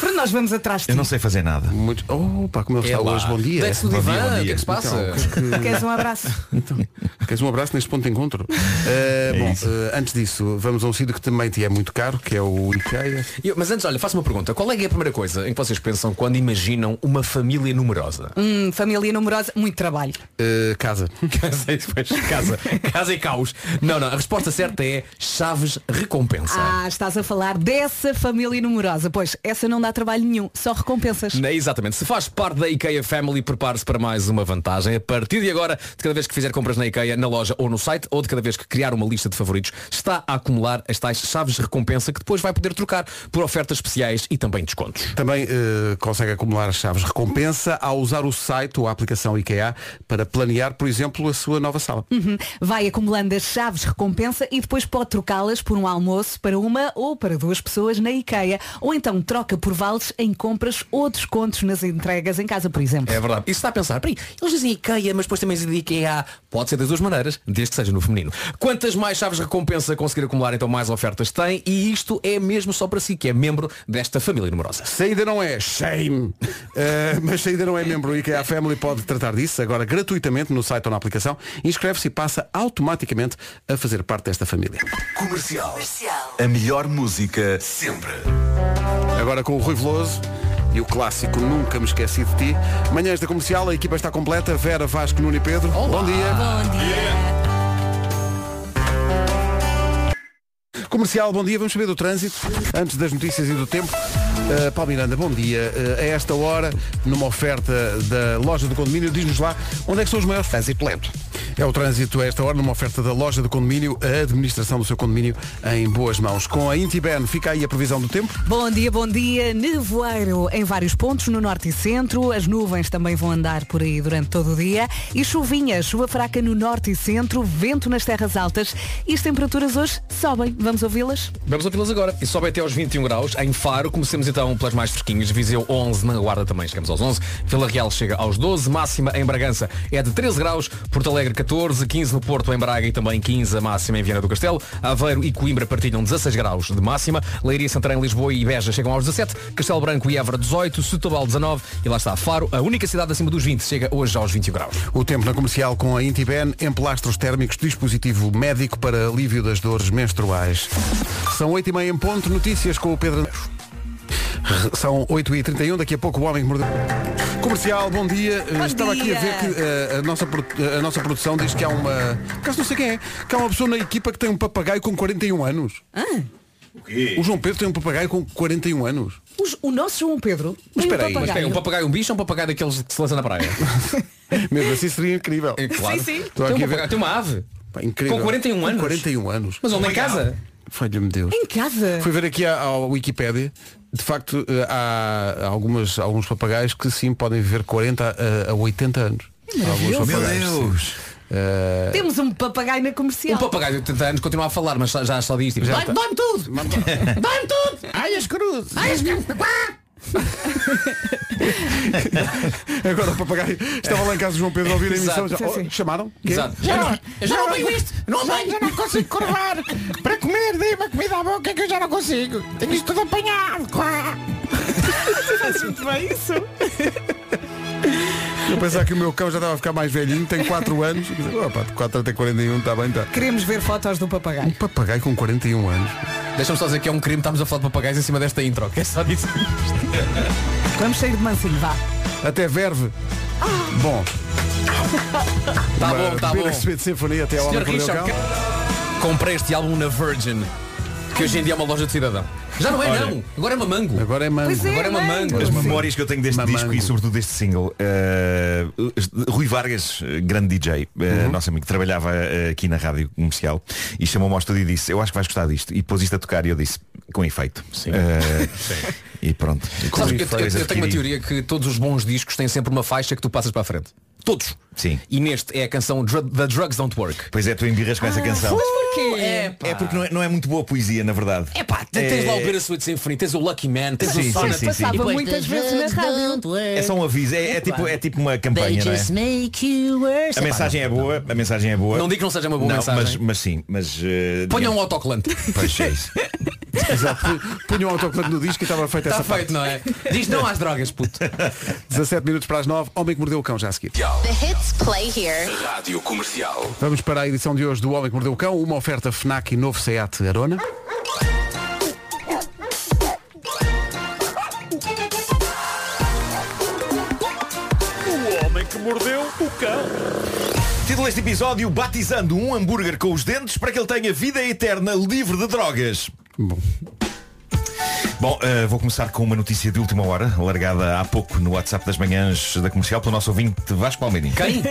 Pronto, nós vamos atrás de
Eu
ti.
não sei fazer nada.
muito. Oh, pá, como ele está
É lá.
hoje, bom dia. Então,
Deite-se do
Bom dia,
divã,
bom
o que é
dia.
que se passa?
Queres um abraço?
é Queres um abraço neste ponto de encontro?
É
Eh, bom, eh, antes disso, vamos a um sítio que também te é muito caro, que é o IKEA.
Eu- mas antes, olha, faço uma pergunta. Qual é que é a primeira coisa em que vocês pensam quando imaginam uma família numerosa?
Hum, família numerosa, muito trabalho.
Eh, casa.
Casa e depois casa. Casa e caos. Não, não, a resposta certa é chaves recompensa.
Ah, estás a falar dessa família numerosa. Pois, essa não dá trabalho nenhum, só recompensas.
Não, É exatamente. Se faz parte da IKEA Family, prepare-se para mais uma vantagem. A partir de agora, de cada vez que fizer compras na IKEA, na loja ou no site, ou de cada vez que criar uma lista de favoritos, está a acumular as tais chaves de recompensa que depois vai poder trocar por ofertas especiais e também descontos.
Também eh, consegue acumular as chaves recompensa ao usar o site ou a aplicação IKEA para planear, por exemplo, a sua nova sala.
Vai acumulando as chaves recompensa e depois pode trocá-las por um almoço para uma ou para duas pessoas na IKEA. Ou então troca por vales em compras ou descontos nas entregas em casa, por exemplo.
É verdade. Isso está a pensar, peraí, eles dizem IKEA, mas depois também dizem IKEA. Pode ser das duas maneiras, desde que seja no feminino. Quantas mais chaves de recompensa conseguir acumular, então mais ofertas tem. E isto é mesmo só para si, que é membro desta família numerosa.
Se ainda não é, shame! Eh, mas se ainda não é membro do IKEA Family, pode tratar disso agora gratuitamente no site ou na aplicação. Inscreve-se e passa automaticamente a fazer parte desta família.
A melhor música sempre.
Agora com o Rui Veloso e o clássico Nunca Me Esqueci de Ti. Manhãs da Comercial, a equipa está completa. Vera, Vasco, Nuno e Pedro. Bom dia.
Bom dia.
Comercial, bom dia. Vamos saber do trânsito, antes das notícias e do tempo. Uh, Paulo Miranda, bom dia. Uh, a esta hora, numa oferta da loja do condomínio, diz-nos lá onde é que são os maiores
Trânsito lento.
É o trânsito a esta hora numa oferta da loja do condomínio, a administração do seu condomínio em boas mãos. Com a Intiben fica aí a previsão do tempo.
Bom dia, bom dia. Nevoeiro em vários pontos no norte e centro. As nuvens também vão andar por aí durante todo o dia. E chuvinha, chuva fraca no norte e centro, vento nas terras altas. E as temperaturas hoje sobem. Vamos ouvi-las?
Vamos ouvi-las agora. E sobe até aos 21 graus em Faro. Comecemos então pelas mais fresquinhas. Viseu 11, na Guarda também chegamos aos 11. Vila Real chega aos 12. Máxima em Bragança é de 13 graus. Porto Alegre 14, 15 no Porto, em Braga e também 15 a máxima em Viana do Castelo. Aveiro e Coimbra partilham 16 graus de máxima. Leiria, Santarém, Lisboa e Beja chegam aos 17. Castelo Branco e Évora 18. Setúbal 19. E lá está Faro, a única cidade acima dos 20. Chega hoje aos 21 graus.
O tempo na comercial com a Intiben, emplastros térmicos, dispositivo médico para alívio das dores menstruais. São 8h30 em ponto, notícias com o Pedro. Neves. São 8h31, daqui a pouco o homem que mordeu. Comercial, bom dia. Eh, Estava aqui a
dia.
ver que eh, a, nossa, produ- eh, a nossa produção diz que há uma. por acaso não sei quem é, que há uma pessoa na equipa que tem um papagaio com 41 anos. O João Pedro tem um papagaio com 41 anos.
Os- o nosso João Pedro.
Mas
tem um
espera aí, mas
Mas
papagaio.
pega um papagaio um bicho ou um papagaio daqueles que se lança na praia?
Mesmo assim seria incrível.
É claro.
Sim, sim.
Estou aqui
Tem, um
a ver-
papagaio- tem uma ave.
Pá, incrível.
Com 41 anos?
41 anos.
Mas onde é em casa?
Falha-me Deus.
Em casa.
Fui ver aqui à, à Wikipédia. De facto, eh, há algumas, alguns papagaios que sim podem viver 40 a, a 80 anos. Alguns
Meu
papagaios, sim.
Deus!
Eh,
Temos um papagaio na comercial.
Um papagaio de 80 anos continua a falar, mas já só diz tipo,
Já
"Dói-me,
tá.
dói-me tudo! Dói-me tudo!
Ai, as cruzes!
Ai, as minhas- Quá!"
Agora o papagaio estava lá em casa do João Pedro a ouvir a emissão.
Exato,
já-
sim,
Oh,
sim.
chamaram? Quê?
Exato. Eu não- Eu já não venho isto! Não venho!
não consigo curvar. Para comer, dei uma comida à boca que eu já não consigo. Tenho isto tudo apanhado.
O eu pensar que o meu cão já estava a ficar mais velhinho, tem 4 anos. Opa, 4 até 41, está tá bem, está.
Queremos ver fotos do papagaio.
Papagaio com 41 anos.
Deixa-me só dizer que é um crime, estamos a falar de papagaios em cima desta intro, que é só disso.
Vamos sair de mansinho, vá.
Até verve. Bom.
Ah. Tá
Uma
bom, tá
Peter
bom.
Smith Sinfonia até ao
Sr.
homem que mordeu o
Richard,
cão.
que- comprei este álbum na Virgin, que hoje em dia é uma loja de cidadão. Já não é, não. Agora é uma mango.
Agora é mango.
Pois é,
Agora é uma
mano.
mango.
As memórias que eu tenho deste
Mamango.
disco e sobretudo deste single eh, Rui Vargas, eh, grande DJ eh,
Uhum.
Nosso amigo, trabalhava eh, aqui na rádio comercial E chamou-me ao estúdio e disse Eu acho que vais gostar disto E pôs isto a tocar e eu disse Com efeito Eh, E pronto Com
Sabes, que eu,
efeito,
eu- eu tenho uma
adquiri-
teoria que todos os bons discos têm sempre uma faixa que tu passas para a frente. Todos.
Sim.
E neste é a canção Dru- The Drugs Don't Work.
Pois é, tu embirras
Ah,
com essa canção
Porquê? É,
É porque não é, não é muito boa a poesia, na verdade
é pá, tens lá o Beira Suite Sinfonia, tens o Lucky Man, tens um
Sim,
o
sim,
Sonic.
sim, sim.
Passava muitas vezes na rádio.
É só um aviso, é, é tipo, é tipo uma campanha, não é? A mensagem é boa, a mensagem é boa
Não digo que não seja uma boa
Não,
mensagem.
Mas, mas sim, mas eh,
Ponham um autocolante.
Pois é isso.
Exato. Punha um autocolante no disco e estava feita
Está
essa parte.
feito, não é? Diz não às drogas, puto.
17 minutos para as 9, Homem que Mordeu o Cão já a seguir.
The hits play here.
Rádio Comercial.
Vamos para a edição de hoje do Homem que Mordeu o Cão, uma oferta FNAC e novo Seat Arona.
Título deste episódio, batizando um hambúrguer com os dentes para que ele tenha vida eterna livre de drogas.
Bom,
Bom, eh, vou começar com uma notícia de última hora, largada há pouco no WhatsApp das manhãs da comercial pelo nosso ouvinte Vasco Palmeirim.
Quem?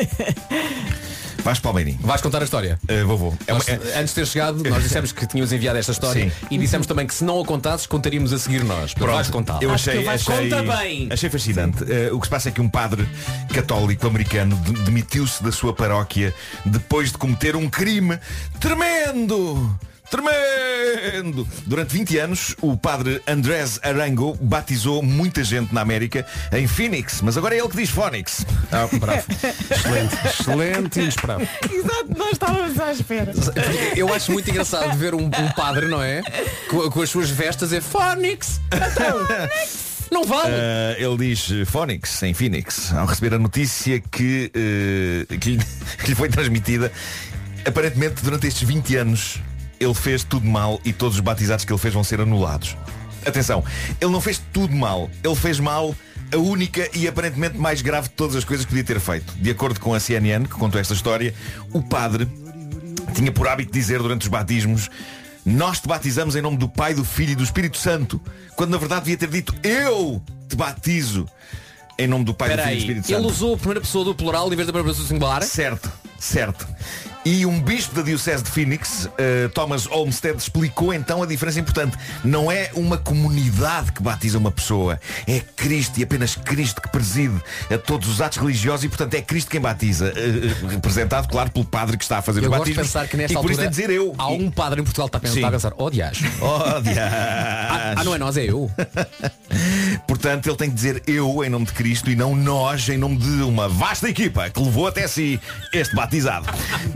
Vasco Palmeirim.
Vais contar a história.
Eh, vovô. É uma-
Nós,
é-
antes de ter chegado, nós dissemos que tínhamos enviado esta história
Sim.
e dissemos também que se não a contasses, contaríamos a seguir nós. Portanto,
Pronto,
vais contá-la.
Eu
Acho que
achei,
ele vai-
achei-
Conta bem!
achei fascinante. Eh, o que se passa é que um padre católico americano de- demitiu-se da sua paróquia depois de cometer um crime tremendo! Tremendo! Durante 20 anos, o padre Andrés Arango batizou muita gente na América em Phoenix, mas agora é ele que diz Phoenix. Ah, bravo.
excelente e inesperado.
Exato, nós estávamos à espera.
Eu acho muito engraçado ver um, um padre, não é? Com, com as suas vestas é Fónix! Não vale!
Eh, ele diz eh, Phoenix, em Phoenix, ao receber a notícia que, eh, que, lhe, que lhe foi transmitida. Aparentemente, durante estes 20 anos, ele fez tudo mal e todos os batizados que ele fez vão ser anulados. Atenção, ele não fez tudo mal, ele fez mal a única e aparentemente mais grave de todas as coisas que podia ter feito. De acordo com a CNN, que contou esta história, o padre tinha por hábito dizer durante os batismos nós te batizamos em nome do Pai, do Filho e do Espírito Santo. Quando na verdade devia ter dito eu te batizo em nome do Pai, do
Espera
Filho e do
aí,
Espírito
ele
Santo.
usou a primeira pessoa do plural em vez da primeira pessoa do singular?
Certo, certo. E um bispo da Diocese de Phoenix, eh, Thomas Olmsted, explicou então a diferença importante. Não é uma comunidade que batiza uma pessoa. É Cristo e apenas Cristo que preside a todos os atos religiosos e, portanto, é Cristo quem batiza. eh, eh, representado, claro, pelo padre que está a fazer
Eu
o
gosto de
batismo.
pensar que
e
nesta
por isso
altura
tem de dizer eu.
há um padre em Portugal que está a pensar,
Sim.
está a pensar oh diás.
Oh, dias.
Ah, não é nós, é eu.
Portanto, ele tem que dizer eu em nome de Cristo e não nós em nome de uma vasta equipa que levou até si este batizado.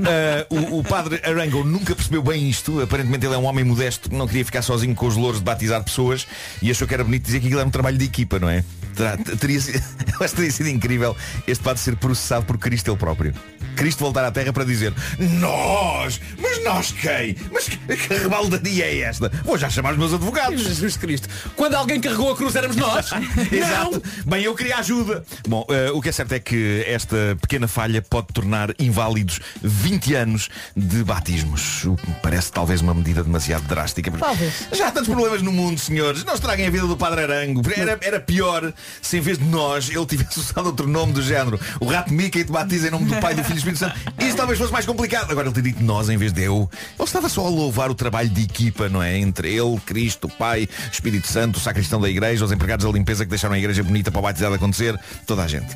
Ah, o, o padre Arango nunca percebeu bem isto. Aparentemente ele é um homem modesto que não queria ficar sozinho com os louros de batizar pessoas e achou que era bonito dizer que aquilo era um trabalho de equipa, não é? Terá- Teria, sido- eu acho que teria sido incrível este padre ser processado por Cristo ele próprio. Cristo voltar à Terra para dizer Nós! Mas nós quem? Mas que, que rebaldaria é esta? Vou já chamar os meus advogados.
Jesus Cristo. Quando alguém carregou a cruz éramos nós.
Exato.
Não!
Bem, eu queria ajuda. Bom, eh, o que é certo é que esta pequena falha pode tornar inválidos 20 anos de batismos. O que me parece talvez uma medida demasiado drástica. Talvez. Já há tantos problemas no mundo, senhores. Não estraguem a vida do Padre Arango. Era, era pior se em vez de nós ele tivesse usado outro nome do género. O rato Mickey te batiza em nome do Pai, do Filho e do Espírito Santo. Isso talvez fosse mais complicado. Agora ele ter dito nós em vez de eu. Ele estava só a louvar o trabalho de equipa, não é? Entre ele, Cristo, o Pai, o Espírito Santo, o sacristão da igreja, os empregados da limpeza que deixaram a igreja bonita para o batizado acontecer. Toda a gente.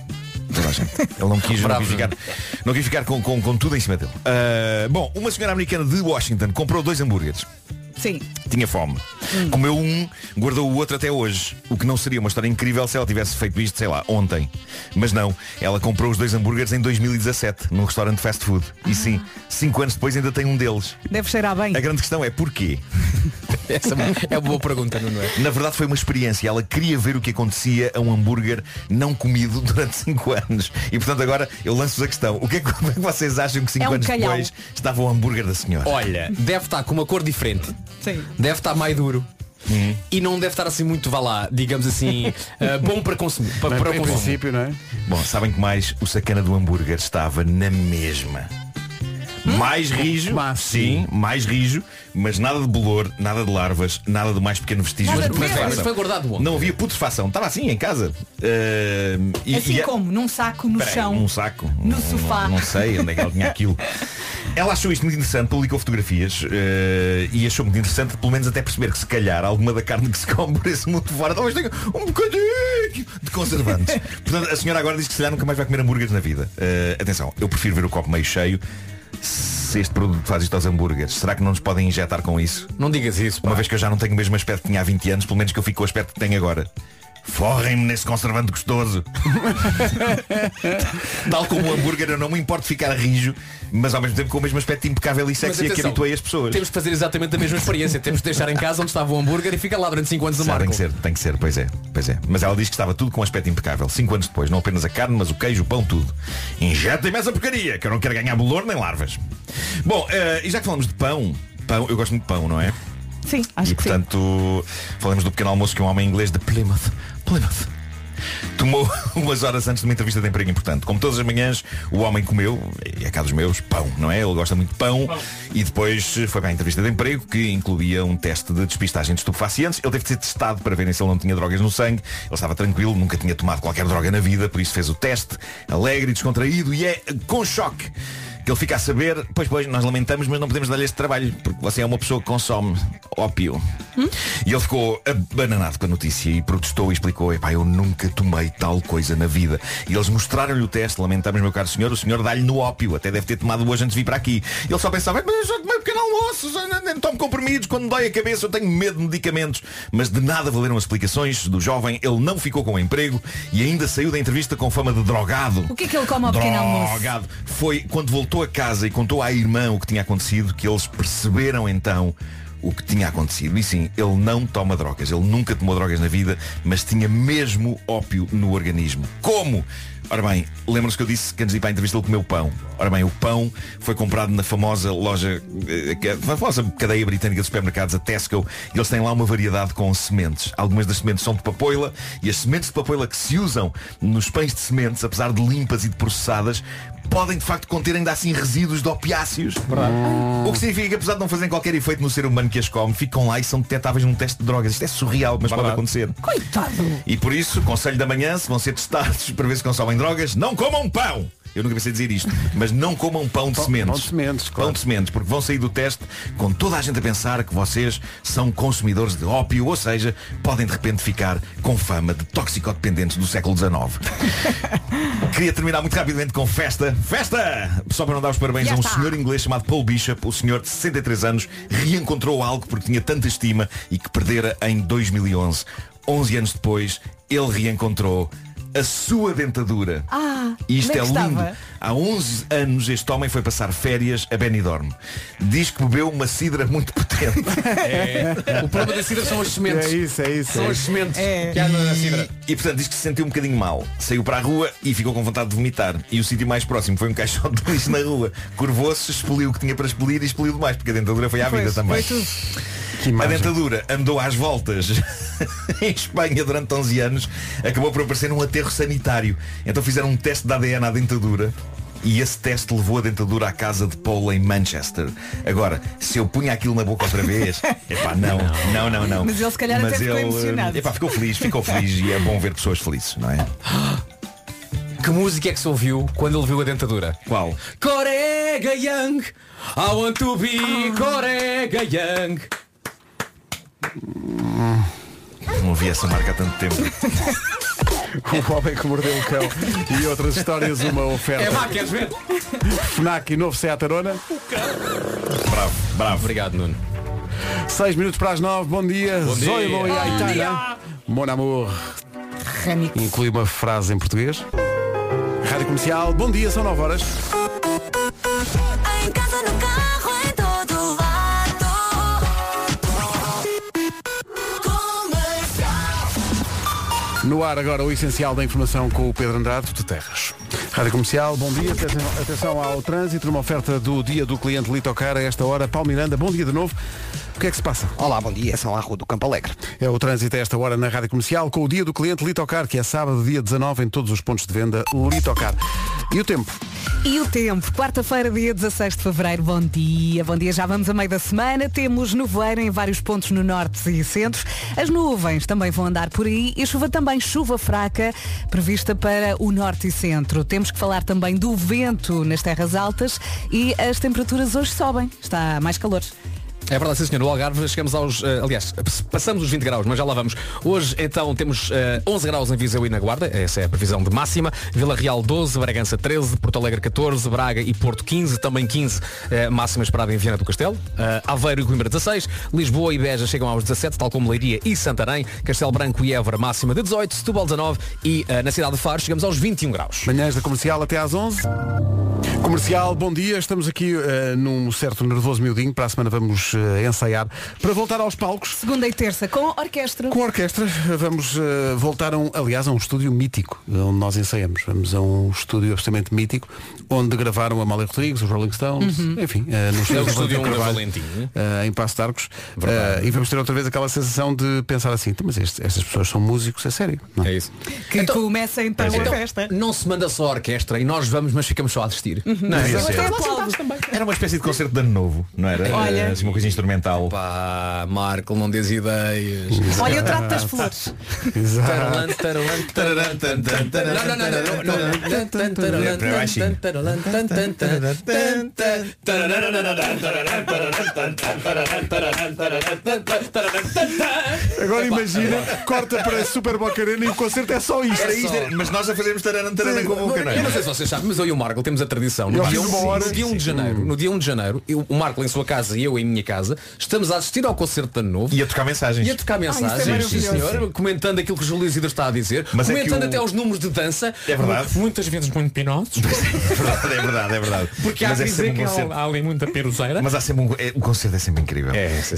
Toda a gente. Ele não quis, não
Bravo,
quis ficar, não quis ficar com, com- com tudo em cima dele. Ah, bom, uma senhora americana de Washington comprou dois hambúrgueres.
Sim.
Tinha fome.
Hum.
Comeu um, guardou o outro até hoje. O que não seria uma história incrível se ela tivesse feito isto, sei lá, ontem. Mas não, ela comprou os dois hambúrgueres em 2017, num restaurante de fast food. E sim, cinco anos depois ainda tem um deles.
Deve cheirar bem.
A grande questão é porquê?
Essa é uma boa pergunta, não é?
Na verdade foi uma experiência. Ela queria ver o que acontecia a um hambúrguer não comido durante 5 anos. E portanto agora eu lanço-vos a questão. O que é que, como é que vocês acham que 5
É um
anos
calhau.
depois estava o hambúrguer da senhora?
Olha, deve estar com uma cor diferente. Sim. Deve estar mais duro. E não deve estar assim muito, vá lá, digamos assim, eh, bom para consumir. Para, para o consumo.
não é? Bom, sabem que mais o sacana do hambúrguer estava na mesma. Mais rijo, sim, mais rijo, mas nada de bolor, nada de larvas, nada de mais pequeno vestígio
Nada
de
de mesmo.
putrefação.
Mas foi guardado ontem.
Não havia putrefação, estava assim em casa. Uh, e-
Assim
e é-
como? Num saco, no
Peraí,
chão.
num saco.
No
Não-
sofá.
Não, não sei onde é que ela tinha aquilo. Ela achou isto muito interessante, publicou fotografias eh, e achou muito interessante, pelo menos até perceber que se calhar alguma da carne que se come por esse mundo fora talvez tenha um bocadinho de conservantes. Portanto, a senhora agora diz que se calhar nunca mais vai comer hambúrgueres na vida. Eh, atenção, eu prefiro ver o copo meio cheio. Se este produto faz isto aos hambúrgueres, será que não nos podem injetar com isso?
Não digas isso.
Uma vez que eu já não tenho o mesmo aspecto que tinha há 20 anos, pelo menos que eu fico com o aspecto que tenho agora. Forrem-me nesse conservante gostoso. Tal como o hambúrguer, eu não me importo de ficar rijo, mas ao mesmo tempo com o mesmo aspecto impecável e
Mas
sexy a que
atenção,
habituei as pessoas.
Temos de fazer exatamente a mesma experiência. Temos de deixar em casa onde estava o hambúrguer e fica lá durante 5 anos a
Sabe, tem
marca.
que ser, tem que ser, pois é, pois é. Mas ela diz que estava tudo com um aspecto impecável. Cinco anos depois, não apenas a carne, mas o queijo, o pão, tudo. Injetem-me essa porcaria, que eu não quero ganhar bolor nem larvas. Bom, eh, e já que falamos de pão, pão, eu gosto muito de pão, não é?
Sim, acho
e
que sim.
portanto falamos do pequeno almoço que um homem inglês de Plymouth, Plymouth tomou umas horas antes de uma entrevista de emprego importante. Como todas as manhãs, o homem comeu, e é cá dos meus, pão, não é? Ele gosta muito de pão, e depois foi para a entrevista de emprego que incluía um teste de despistagem de estupefacientes. Ele teve de ser testado para verem se ele não tinha drogas no sangue. Ele estava tranquilo, nunca tinha tomado qualquer droga na vida, por isso fez o teste, alegre e descontraído, e é com choque. Que ele fica a saber, pois pois, nós lamentamos, mas não podemos dar-lhe este trabalho, porque você é uma pessoa que consome ópio.
Hum?
E ele ficou abananado com a notícia e protestou e explicou, epá, eu nunca tomei tal coisa na vida. E eles mostraram-lhe o teste, lamentamos, meu caro senhor, o senhor dá-lhe no ópio, até deve ter tomado hoje antes de vir para aqui. Ele só pensava, "Mas eu só tomei um pequeno almoço, só nem- nem tomo comprimidos, quando me dói a cabeça eu tenho medo de medicamentos. Mas de nada valeram as explicações do jovem, ele não ficou com emprego e ainda saiu da entrevista com fama de drogado.
O que é que ele come ao pequeno almoço?
Drogado. Foi quando voltou a casa e contou à irmã o que tinha acontecido que eles perceberam então o que tinha acontecido. E sim, ele não toma drogas. Ele nunca tomou drogas na vida, mas tinha mesmo ópio no organismo. Como? Ora bem, lembram-se que eu disse que antes de ir para a entrevista ele comeu pão. Ora bem, o pão foi comprado na famosa loja, eh, que- na famosa cadeia britânica de supermercados, a Tesco, e eles têm lá uma variedade com sementes. Algumas das sementes são de papoila e as sementes de papoila que se usam nos pães de sementes, apesar de limpas e de processadas, podem de facto conter ainda assim resíduos de opiáceos. O que significa que apesar de não fazerem qualquer efeito no ser humano que as come, ficam lá e são detectáveis num teste de drogas. Isto é surreal, mas pode acontecer.
Coitado.
E por isso, conselho da manhã, se vão ser testados para ver se consomem drogas, não comam pão! Eu nunca pensei dizer isto, mas não comam pão de sementes. Pão de sementes, Pão de sementes, porque vão sair do teste com toda a gente a pensar que vocês são consumidores de ópio, ou seja, podem de repente ficar com fama de toxicodependentes do século XIX. Queria terminar muito rapidamente com festa. Festa! Só para não dar os parabéns a um senhor inglês chamado Paul Bishop, o senhor de 63 anos, reencontrou algo porque tinha tanta estima e que perdera em 2011. 11 anos depois, ele reencontrou a sua dentadura.
Ah,
E isto
onde
é
que
lindo.
estava?
Há 11 anos este homem foi passar férias a Benidorm. Diz que bebeu uma sidra muito potente.
O problema da cidra são as sementes.
É isso, é isso.
São
É.
as sementes que há na cidra.
E, e, portanto diz que se sentiu um bocadinho mal. Saiu para a rua e ficou com vontade de vomitar. E o sítio mais próximo foi um caixote de lixo na rua. Curvou-se, expeliu o que tinha para expelir e expeliu demais, porque a dentadura foi à vida também. A dentadura andou às voltas em Espanha durante 11 anos, acabou por aparecer num aterro sanitário. Então fizeram um teste de ADN à dentadura e esse teste levou a dentadura à casa de Paul em Manchester. Agora, se eu punha aquilo na boca outra vez, epá, não, não, não, não.
Mas ele, se calhar, até ficou
ele,
emocionado.
Epá, ficou feliz, ficou feliz e é bom ver pessoas felizes, não é?
Que música é que se ouviu quando ele viu a dentadura?
Qual?
Corega Young! I want to be Corega Young!
Não ouvi essa marca há tanto tempo.
O um homem que mordeu o cão e outras histórias, uma oferta.
É má, queres ver? É
FNAC e novo Seat Arona.
Bravo, bravo.
Obrigado, Nuno.
6 minutos para as 9, bom dia.
Bom dia.
Zoilo e
Bom
Aitana. Mon amour. Inclui uma frase em português. Rádio Comercial, bom dia, são 9 horas.
Em casa, no carro, em todo lado.
No ar agora o essencial da informação com o Pedro Andrade de Terras. Rádio Comercial, bom dia. Atenção, atenção ao trânsito, uma oferta do dia do cliente Litocar a esta hora. Paulo Miranda, bom dia de novo. O que é que se passa?
Olá, bom dia. São à Rua do Campo Alegre.
É o trânsito a esta hora na Rádio Comercial com o dia do cliente Litocar, que é sábado, dia 19, em todos os pontos de venda Litocar. E o tempo?
E o tempo? Quarta-feira, dia 16 de Fevereiro, bom dia. Bom dia, já vamos a meio da semana. Temos nevoeiro em vários pontos no norte e centro. As nuvens também vão andar por aí e chuva também, chuva fraca, prevista para o norte e centro. Temos que falar também do vento nas terras altas e as temperaturas hoje sobem. Está mais calor.
É verdade, sim senhor. No Algarve chegamos aos... eh, aliás, passamos os 20 graus, mas já lá vamos. Hoje, então, temos eh, 11 graus em Viseu e na Guarda. Essa é a previsão de máxima. Vila Real 12, Bragança 13, Porto Alegre 14, Braga e Porto 15, também 15 eh, máxima esperada em Viana do Castelo. Eh, Aveiro e Coimbra 16, Lisboa e Beja chegam aos 17, tal como Leiria e Santarém. Castelo Branco e Évora máxima de 18, Setúbal 19 e eh, na cidade de Faro chegamos aos 21 graus.
Manhãs da Comercial até às 11. Comercial, bom dia. Estamos aqui eh, num certo nervoso miudinho. Para a semana vamos eh, ensaiar. Para voltar aos palcos.
Segunda e terça, com orquestra.
Com orquestra, vamos eh, voltar, a um, aliás, a um estúdio mítico, onde nós ensaiamos. Vamos a um estúdio absolutamente mítico, onde gravaram a Amália Rodrigues, os Rolling Stones,
Uhum.
enfim. eh, no
É o
Valentim
estúdio onde
Carvalho,
Valentim, né?
eh, em Passo de Arcos.
Verdade.
Eh, e vamos ter outra vez aquela sensação de pensar assim, "Então, mas este- estas pessoas são músicos, é sério. Não? É
isso.
Que começa então
Então,
a festa.
não se manda só a orquestra e nós vamos, mas ficamos só a assistir.
Não,
é
isso
isso.
é- Era uma espécie de concerto de ano novo, não era?
Olha.
Era, assim, uma coisa instrumental.
Pá, Marco, não dês ideias.
Olha, eu trato
das flores.
Tarolan, tarolan, tarolan, tan, tan, tan, Não, não, não, não, não, não. Tan, tan, tarolan,
Para baixinho.
tan, tarolan, tan, tan, tan, tan, tan.
Agora imagina, corta para Super Boca Arena e o concerto é só isto.
Era isto, era-
mas nós a fazermos tararan,
tararan com a boca, não é?
Eu não sei se vocês sabem, mas eu e o Marco temos a tradição. No
Eu
dia,
fiz uma
um-
hora-
no dia 1 de janeiro, no dia 1 de janeiro, eu- o Marco em sua casa e eu em minha casa, estamos a assistir ao concerto de ano novo.
E a tocar mensagens.
E a tocar
Ah, isso é
mensagens, sim,
maravilhoso.
senhor, comentando aquilo que o Júlio Isidro está a dizer,
Mas é que
comentando
o-
até os números de dança.
É verdade.
Muitas vezes muito pinosos.
É verdade, é verdade, é verdade.
Porque há
Mas
que
é
dizer
sempre
que
um
há-
concerto.
há ali muita peruzeira.
Mas há sempre um, é, o concerto é sempre incrível.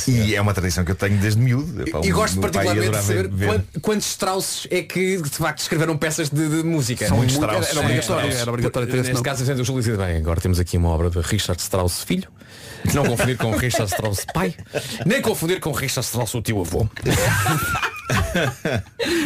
e é uma tradição que eu tenho desde miúdo. Epá,
E
o
gosto
meu pai
particularmente de
adorava
saber
ver.
quan- quantos Strauss é que de facto escreveram peças de, de música.
São
Muito-
muitos Strauss.
Era, era obrigatório.
Era obrigatório ter
Por-
esse
Neste
nome.
caso, sendo o Júlio Isidro, bem, agora temos aqui uma obra de Richard Strauss filho. Não confundir com Richard Strauss pai. Nem confundir com Richard Strauss o tio avô.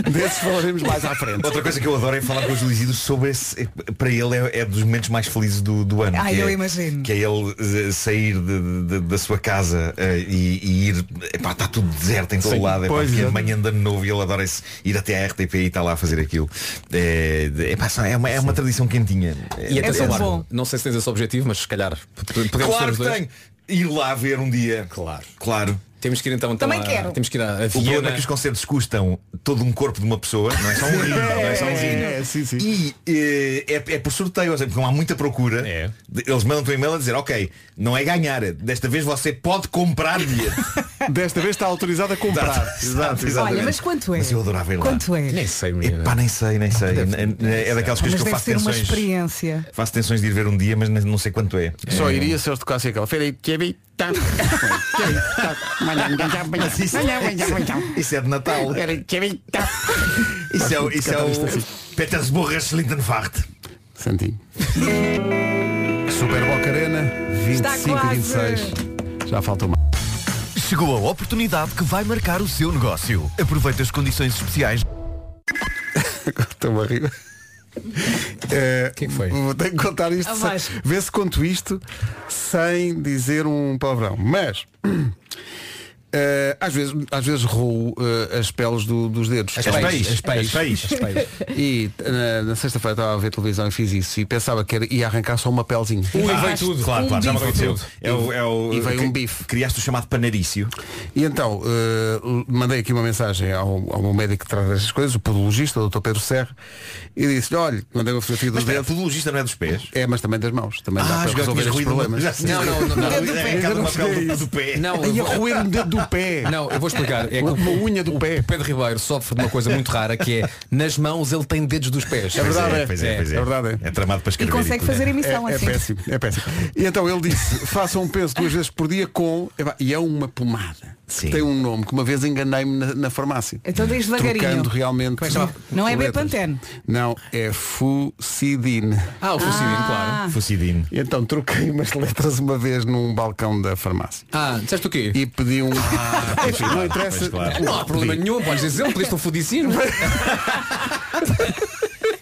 Desses falaremos mais à frente.
Outra coisa que eu adoro é falar com o Júlio Isidro sobre esse. é- Para ele é, é dos momentos mais felizes do, do ano.
Ai,
que
eu
é,
imagino.
Que é ele eh, sair de- de- da sua casa eh, e, e ir. Epá, está tudo deserto em todo
Sim,
lado. Epá,
pois,
porque é
é.
de manhã de ano novo e ele adora esse, ir até à RTP e está lá a fazer aquilo. É, de- epá, só- é, uma, é uma tradição quentinha. É-
E atenção,
é-
Marco, não sei se tens esse objetivo, mas se calhar p- podemos ter
Claro
os
que
dois.
tenho. Ir lá ver um dia.
Claro.
Claro.
Temos que ir então, então
Também
a-
quero.
Temos que ir à, à
O
Viena.
problema é que os concertos custam todo um corpo de uma pessoa, não é só um rim, não é só um rim.
É, sim, sim.
E eh, é, é por sorteio, ou seja, porque não há muita procura.
É.
De- Eles mandam um e-mail a dizer, ok, não é ganhar, desta vez você pode comprar bilhete.
Desta vez está autorizado a comprar.
Exato, exato, exatamente.
Olha, mas quanto é?
Mas eu adorava ir lá.
Quanto é? Ah,
Nem sei, menina.
Pá, nem sei, nem sei. É, é daquelas
Mas
coisas que eu
deve
faço
ser uma
tensões.
experiência.
Faço tensões de ir ver um dia, mas não sei quanto é.
Só
É-
iria se eles tocassem aquela é feira e
Mas isso, isso é de Natal. Isso é, o- isso é o Petersburger Schlindenfahrt.
Santinho. Super Boca Arena, 25 e 26. Já falta uma.
Chegou a oportunidade que vai marcar o seu negócio. Aproveita as condições especiais.
Estou-me a rir. O que foi? Tenho que contar isto.
Abaixo.
sem- Vê se conto isto sem dizer um palavrão. Mas. eh, às vezes, às vezes roo eh, as peles do- dos dedos.
As peis. As peis. As peis.
E eh, na, na sexta-feira estava a ver televisão e fiz isso e pensava que era, ia arrancar só uma pelzinha.
Claro, claro, já me aconteceu. É o, é o,
E veio um
bife. Criaste o chamado panarício.
E então, eh, mandei aqui uma mensagem ao, ao meu médico que trata estas coisas, o podologista, o Dr. Pedro Serra, e disse-lhe, olha, mandei uma fotografia dos dedos. O
podologista não é dos pés?
É, mas também das mãos. Também dá
Ah,
para
jogar
resolver
com
estes
os ruídos.
problemas.
Já se Não, não, não, não. É arrancar
Eu não
uma pele
sei
do-
isso.
do pé.
Não,
Ia
eu vou-
roer um dedo do pé.
Não, eu vou explicar. É que
uma
o-
unha do pé.
O Pedro Ribeiro sofre de uma coisa muito rara que é nas mãos ele tem dedos dos pés.
É verdade, é.
Pois é, pois é.
É verdade,
É tramado para escrever.
consegue
tudo.
fazer emissão
é, é
assim.
péssimo, é péssimo. E então ele disse, façam um penso duas vezes por dia com. epá, E é uma pomada. tem um nome que uma vez enganei-me na, na farmácia.
É
Então diz devagarinho.
Trocando realmente.
Como é que chama? Não é
por letras.
Bepantene.
Não, é Fucidine.
Ah, o Fucidine, Ah. claro.
Fucidine.
Então troquei umas letras uma vez num balcão da farmácia.
Ah, disseste o quê?
E pedi um.
Ah,
Enfim, não
Pois,
interessa.
claro. Não há problema nenhum, podes dizer, pediste um fudicino.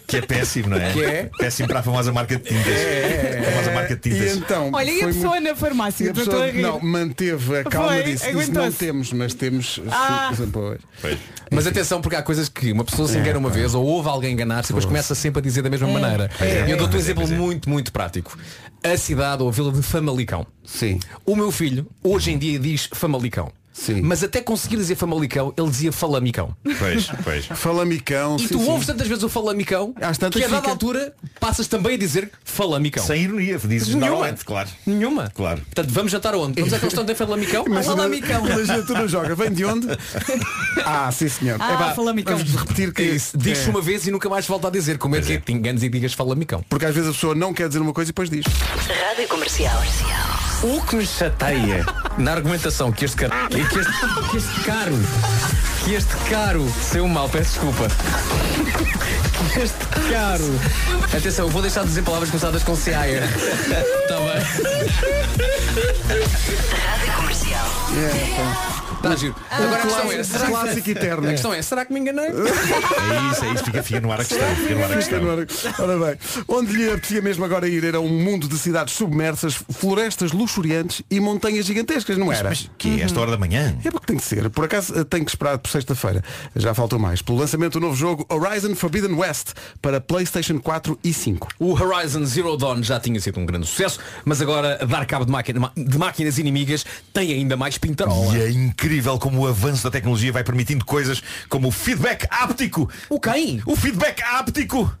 Que é péssimo, não é?
Que é?
Péssimo para a famosa marca de tintas. A famosa marca de tintas.
E então,
Olha, e a
foi
pessoa
muito-
na farmácia?
E a
Estou
pessoa,
a rir.
não, manteve a calma
Foi,
disse, disse,
aguentou-se.
não temos, mas temos.
Ah.
Pois.
Mas atenção, porque há coisas que uma pessoa se engana uma vez ou ouve alguém enganar-se e depois começa sempre a dizer da mesma
É.
maneira.
É.
E eu dou-te um
Pois é,
exemplo
pois é.
muito, muito prático. A cidade ou a vila de Famalicão.
Sim.
O meu filho, hoje em dia, diz Famalicão.
Sim.
Mas até conseguir dizer Famalicão, ele dizia Falamicão.
Pois, pois.
Falamicão.
E
sim,
tu
sim.
ouves tantas vezes o Falamicão que a dada
fica-
altura passas também a dizer Falamicão.
Sem ironia, dizes
Nenhuma.
normalmente, claro.
Nenhuma.
Claro.
Portanto, vamos jantar onde? Vamos àquele estão de Falamicão?
Imagina-
Falamicão.
Imagina, tu não joga. Vem de onde? Ah, sim senhor.
Ah,
Epá,
falamicão.
Vamos repetir que
Isso, diz
É.
uma vez e nunca mais volta a dizer como é que é que te enganas e digas falamicão.
Porque às vezes a pessoa não quer dizer uma coisa e depois diz.
Rádio Comercial.
O que me chateia na argumentação que este caro. Que este, que este caro. Que este caro saiu mal, peço desculpa. Que este caro. Atenção, eu vou deixar de dizer palavras começadas com CAE. Tá
Rádio Comercial.
bem. Tá giro. Agora a questão é.
clássico-
será que-
clássico eterno.
A questão é, será que me enganei?
É isso, é isso. Fica, fica no ar a questão. Fica no ar a
Fica
questão.
no ar. Ora bem, onde lhe apetecia mesmo agora ir era um mundo de cidades submersas, florestas luxuriantes e montanhas gigantescas, não
Mas-
era?
mas que é esta hora da manhã?
É porque tem que ser. Por acaso eh, tem que esperar por sexta-feira. Já faltou mais. Pelo lançamento do novo jogo Horizon Forbidden West para PlayStation 4 e 5.
O Horizon Zero Dawn já tinha sido um grande sucesso, mas agora dar cabo de, máquina- de máquinas inimigas tem ainda mais pintarola.
E é incrível como o avanço da tecnologia vai permitindo coisas como o feedback áptico.
O quem?
O feedback áptico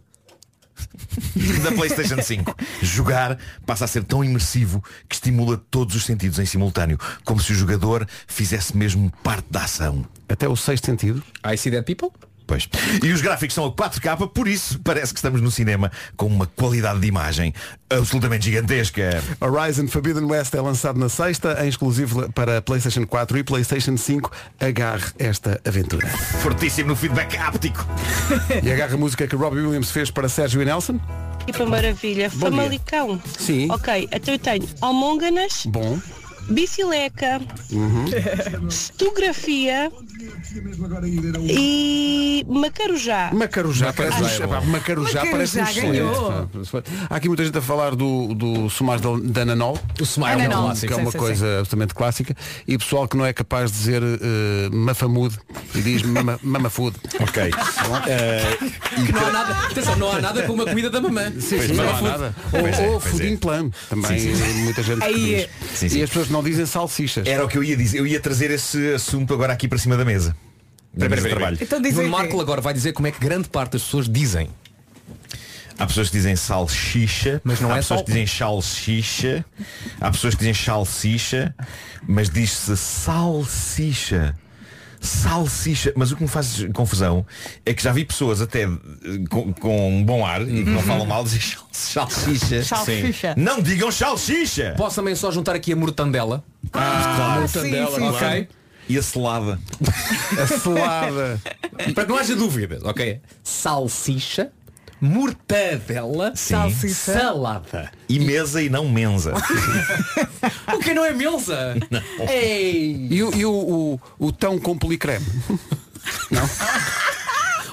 da PlayStation 5. Jogar passa a ser tão imersivo que estimula todos os sentidos em simultâneo, como se o jogador fizesse mesmo parte da ação.
Até o sexto sentido.
I see that people?
Pois. E os gráficos são a 4K, por isso parece que estamos no cinema com uma qualidade de imagem absolutamente gigantesca.
Horizon Forbidden West é lançado na sexta, em exclusivo para PlayStation 4 e PlayStation 5. Agarre esta aventura.
Fortíssimo no feedback áptico.
E agarre a música que Robbie Williams fez para Sérgio e Nelson.
E para maravilha,
Bom dia.
Famalicão.
Sim.
Ok, então eu tenho almônganas,
Bom.
bicileca,
Uhum.
fotografia e macarujá. Macarujá
Macarujá, parece,
é bom.
epá, Macarujá
Macarujá
parece um
ganhou.
excelente, pá. Há aqui muita gente a falar do, do Sumar da, da Nanol.
O Sumar é um
que é um-
clássico.
Que é
Sim,
uma
sim,
coisa absolutamente clássica. E pessoal que não é capaz de dizer eh, mafamude e diz mama, mamafood.
Ok.
Que não há nada, atenção, não há nada como a comida da mamã.
Sim, sim, não há nada. Ou, ou food in plan. Também
Sim, sim.
muita gente que
Aí é.
diz.
Sim, sim.
E as pessoas não dizem salsichas.
Era o que eu ia dizer. Eu ia trazer esse assunto agora aqui para cima da mesa. Da mesa de trabalho.
Nuno Marco agora vai dizer como é que grande parte das pessoas dizem.
Há pessoas que dizem salsicha, mas
não
há
é
pessoas
sal-
que dizem salsicha, há pessoas que dizem salsicha, mas diz-se salsicha. Salsicha, mas o que me faz confusão é que já vi pessoas até eh, com, com um bom ar e que não
Uhum.
falam mal dizem sal- salsicha.
Salsicha.
Sim. Não digam salsicha!
Posso também só juntar aqui a mortandela.
Ah, claro.
mortandela,
Sim, sim,
ok.
sim. E a selada.
A selada. Para que não haja dúvidas, ok? Salsicha, mortadela,
Salsicha.
salada.
E mesa e não mensa.
O que não é melza? Ei!
E, o- e o, o, o tão com policreme?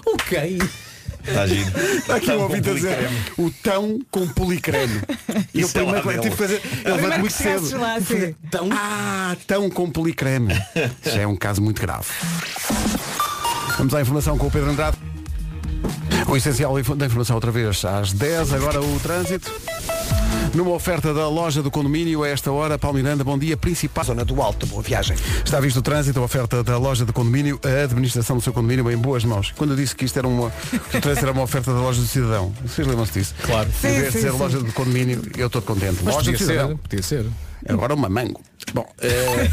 O quê?
Está Tá giro.
Está aqui
Tão
um
com
ouvido a dizer
policreme.
o tão com policreme. E eu
Isso é lá
primeiro tive
dele.
que fazer.
É o
Eu levanto
primeiro
muito
que chegasses
cedo.
lá,
Tive que
sim.
fazer, Ah, tão com policreme. Isso é um caso muito grave. Vamos à informação com o Pedro Andrade. O essencial da informação outra vez às 10, agora o trânsito. Numa oferta da loja do condomínio, a esta hora, Paulo Miranda, bom dia, principal.
Zona do Alto, boa viagem.
Está visto o trânsito, a oferta da loja do condomínio, a administração do seu condomínio em boas mãos. Quando eu disse que isto era uma, que o trânsito era uma oferta da loja do cidadão, vocês lembram-se disso? Claro.
Sim,
em vez
sim,
de ser
sim.
loja do condomínio, eu estou contente.
Mas
loja
podia
do
ser,
cidadão.
podia ser.
Agora uma mango. Bom, eh,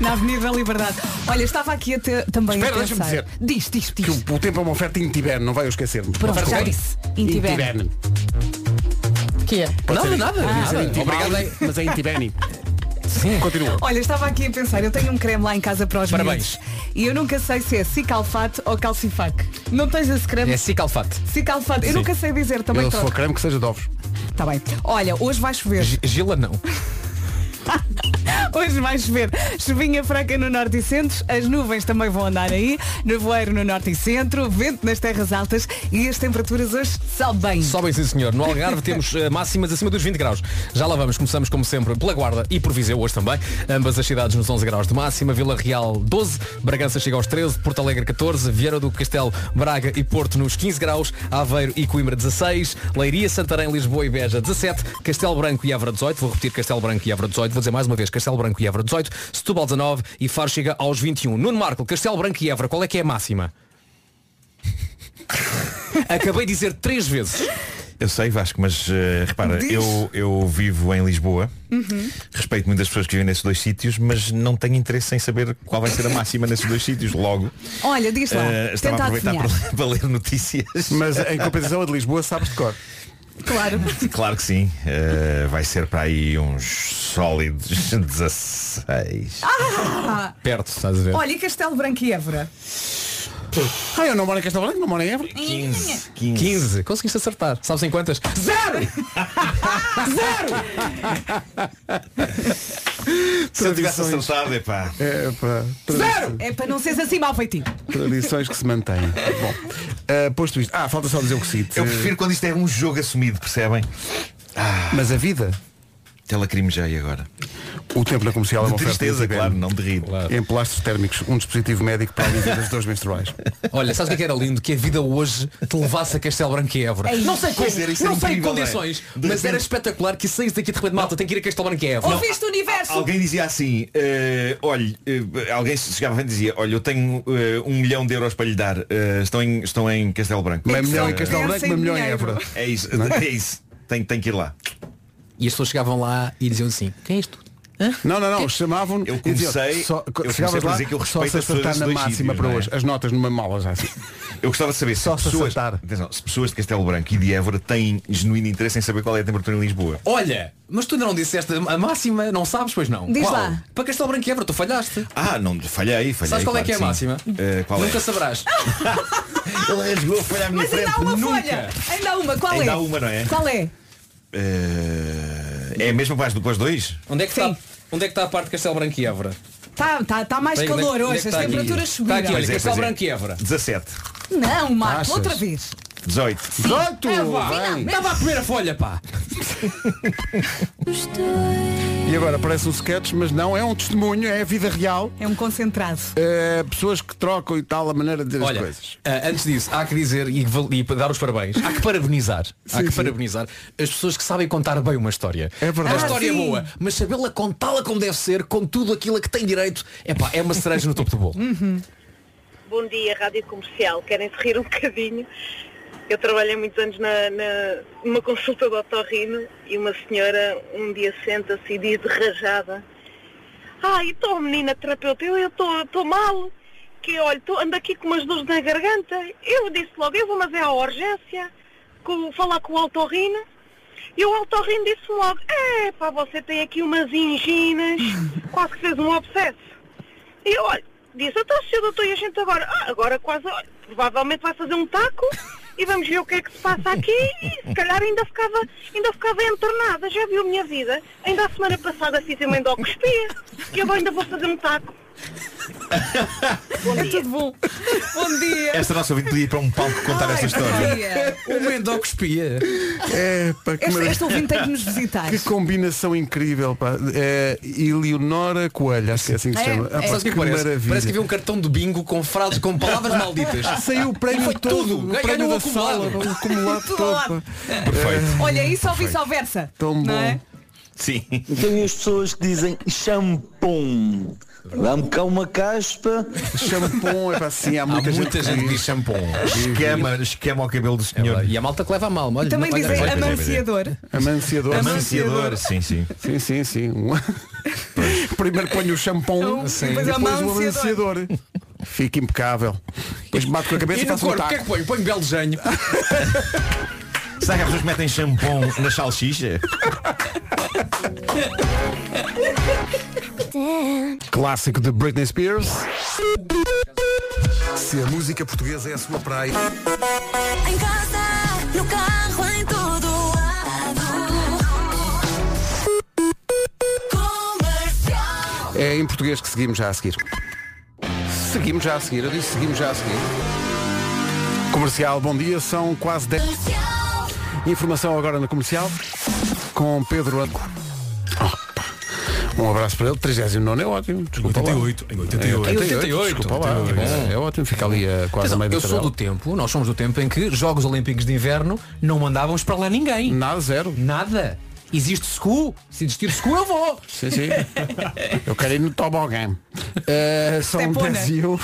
Na Avenida Liberdade. Olha, estava aqui a ter, também
Espera,
a
deixa-me
pensar.
dizer.
Diz, diz, diz.
que o, o tempo é uma oferta intiberne, não vai eu esquecermos.
Pronto,
Oferta
já
quem?
disse. Intiberne.
Intiberne.
Que é?
Pode
Não,
ser
nada,
podia ser
nada.
Intibali,
Obrigado.
Mas é Intibene.
Sim, continua.
Olha, estava aqui a pensar, eu tenho um creme lá em casa para os
Parabéns.
miúdos. E eu nunca sei se é cicalfato ou calcifac. Não tens esse creme?
É cicalfato.
Cicalfato, eu
Sim.
nunca sei dizer, também troco.
creme que seja de ovos.
Tá bem. Olha, hoje vai chover.
Gila não.
Hoje vai chover. Chuvinha fraca no norte e centro, as nuvens também vão andar aí, nevoeiro no norte e centro, vento nas terras altas e as temperaturas hoje sobem bem.
Sobem sim senhor. No Algarve temos eh, máximas acima dos 20 graus. Já lá vamos. Começamos como sempre pela Guarda e por Viseu hoje também. Ambas as cidades nos 11 graus de máxima. Vila Real 12, Bragança chega aos 13, Porto Alegre 14, Vieira do Castelo, Braga e Porto nos 15 graus, Aveiro e Coimbra 16, Leiria, Santarém, Lisboa e Beja 17, Castelo Branco e Évora 18. Vou repetir Castelo Branco e Évora 18. Vou dizer mais uma vez Castelo Branco e Évora 18, Setúbal 19 e Faro chega aos 21. Nuno Marco, Castelo Branco e Évora, qual é que é a máxima? Acabei de dizer três vezes.
Eu sei, Vasco, mas eh, repara,
Diz.
eu, eu vivo em Lisboa,
Uhum.
respeito muitas pessoas que vivem nesses dois sítios, mas não tenho interesse em saber qual vai ser a máxima nesses dois sítios, logo.
Olha, diz lá.
eh, estava a
tenta
aproveitar
adivinhar.
para, para ler notícias.
Mas em compensação a de Lisboa sabes de cor.
Claro.
Claro que sim. Eh, vai ser para aí uns sólidos 16.
Ah!
Perto, estás a ver?
Olha, e Castelo Branco e Évora?
Ah, eu não moro em Castelo Branco, não moro em Évora.
15.
15. Conseguiste acertar. Sabes em quantas? Zero!
Se eu tivesse acertado, epá.
É, pá, tradi-
Zero! É para não seres assim mal feitiço.
Tradições que se mantêm. Bom, eh, posto isto. Ah, falta só dizer o que seguinte.
Eu prefiro quando isto é um jogo assumido, percebem?
Mas a vida.
Ela crimejei agora.
O tempo na comercial é
De
uma oferta
tristeza,
IBM.
claro, não de rir.
Em plásticos térmicos, um dispositivo médico para aliviar as dores menstruais.
Olha, sabes o que é que era lindo? Que a vida hoje te levasse a Castelo Branco e Évora.
É isso.
não sei como,
Pois era, isso
não
era
sei em
incrível,
condições,
é? De
mas era
repente-
espetacular que saís daqui de repente malta, tem que ir a Castelo Branco e Évora.
Ouviste o universo?
Alguém dizia assim, eh, olhe, eh, alguém se chegava e dizia, olha, eu tenho eh, um milhão de euros para lhe dar, eh, estão, em, estão em Castelo Branco.
Meio milhão em
Eh,
Castelo Pensa Branco, em meio milhão em dinheiro. Évora.
É isso,
Não é?
é isso. Tem, tem que ir lá.
E as pessoas chegavam lá e diziam assim, quem és tu?
Não, não, não, chamavam
Eu
e diziam,
comecei-
só,
eu comecei
chegavas
por
lá,
dizer que eu
só
respeito
se
as pessoas
acertar na
dos dois
máxima
sítios,
para
não é?
hoje. As notas numa mala já assim.
Eu gostava de saber se
Só se
pessoas,
acertar.
atenção, se pessoas de Castelo Branco e de Évora têm genuíno interesse em saber qual é a temperatura em Lisboa.
Olha, mas tu ainda não disseste a máxima, não sabes, pois não?
Diz
Qual?
lá.
Para Castelo Branco e Évora, tu falhaste.
Ah, não, falhei, falhei.
Sabes qual é que é a
claro sim.
máxima?
Eh, qual
Nunca
é?
saberás.
Ele rasgou a falhar à minha
Mas
frente.
ainda há uma
Nunca.
folha. Ainda há uma. Qual é?
Ainda há uma, não é?
Qual é?
Eh, é mesmo para as para os dois?
Onde é que está? Onde é que está a parte de Castelo Branco e Évora?
Está tá, tá mais
Bem, onde é-
calor
onde é
hoje,
que
as
está aqui?
temperaturas
Está
subiram.
aqui, olha,
Pois é,
Castelo
pois é.
Branco e Évora.
17.
Não, Marco,
Achas?
outra vez.
18.
Ah,
É, vá. Estava a primeira folha, pá.
E agora parece um sketch, mas não, é um testemunho, é a vida real. É,
É um concentrado.
pessoas que trocam e tal a maneira de dizer as
Olha,
coisas.
ah, antes disso, há que dizer e, val- e dar os parabéns. Há que parabenizar. há
Sim,
que
sim.
parabenizar as pessoas que sabem contar bem uma história.
É verdade.
A história é
Ah, sim.
boa, mas sabê-la contá-la como deve ser, com tudo aquilo a que tem direito, epá, é uma cereja no topo do bolo.
Bom dia, Rádio Comercial. Querem se rir um bocadinho? Eu trabalhei muitos anos na, na- numa consulta do otorrino e uma senhora um dia senta-se e diz de rajada Ai, estou menina terapeuta, eu eu estou mal, que é, olha, tô, ando aqui com umas dores na garganta. Eu disse logo, eu vou mas é à urgência, com, falar com o otorrino. E o otorrino disse logo, é pá, você tem aqui umas inginas, quase que fez um obsesso. E eu, olha, disse, então se o doutor e a gente agora, ah, agora quase, olha, provavelmente vai fazer um taco e vamos ver o que é que se passa aqui e se calhar ainda ficava, ainda ficava entornada, já viu a minha vida. Ainda a semana passada fiz uma endocospia e agora ainda vou fazer um taco.
É tudo bom. Bom dia.
Esta nossa ouvinte podia ir para um palco contar esta história.
Um
Uma endocospia.
É, pá, que
Este-
maravilha.
este ouvinte tem que nos visitar.
Que combinação incrível, pá. É, Eleonora Coelho, acho que é assim que se
É,
chama. Ah, pá,
Sabes o que é que parece?
maravilha.
Parece que havia um cartão de bingo com frases, com palavras malditas.
Saiu o prémio
E foi
todo,
tudo.
o
Ganhou
prémio
o
da
acumulado.
sala, o acumulado
Tudo
todo,
lá.
Perfeito.
Olha, isso ou vice-versa.
Tão
Não é?
Sim.
Tem as pessoas que dizem shampoo. Dá-me cá uma caspa.
Shampoo, é para assim, há
muita gente que diz shampoo.
Esquema, esquema ao cabelo do senhor.
E a malta que leva a mal. Olha,
Também
olha,
dizem
olha.
amanciador.
Amanciador.
Amanciador, sim, sim.
Sim, sim, sim. Um- Primeiro ponho o shampoo,
Sim.
depois o
Amanciador.
amanciador. Fica impecável. Depois bato com a cabeça
E
e
no
faço um
corpo, o que é
taco.
que põe? Põe belo desenho.
Será que as pessoas que metem champom na salsicha?
Clássico de Britney Spears. Se a música portuguesa é a sua praia.
Em casa, no carro, em todo lado. Comercial.
É em português que seguimos já a seguir. Seguimos já a seguir, eu disse seguimos já a seguir. Comercial, bom dia, são quase 10. Informação agora no comercial com Pedro An... Oh, pá. Um abraço para ele, 39 é ótimo. Desculpa
88,
lá.
em 88.
Em desculpa
88,
lá.
é bom.
É, ótimo, fica ali a quase a
Atenção,
meio da
eu sou do
tabela.
tempo, nós somos do tempo em que Jogos Olímpicos de Inverno não mandávamos para lá ninguém.
Nada, zero.
Nada. Existe SCU? Se existir SCU eu vou.
Sim, sim. Eu quero ir no tobogã. Eh, são
Stepona.
10 e 1.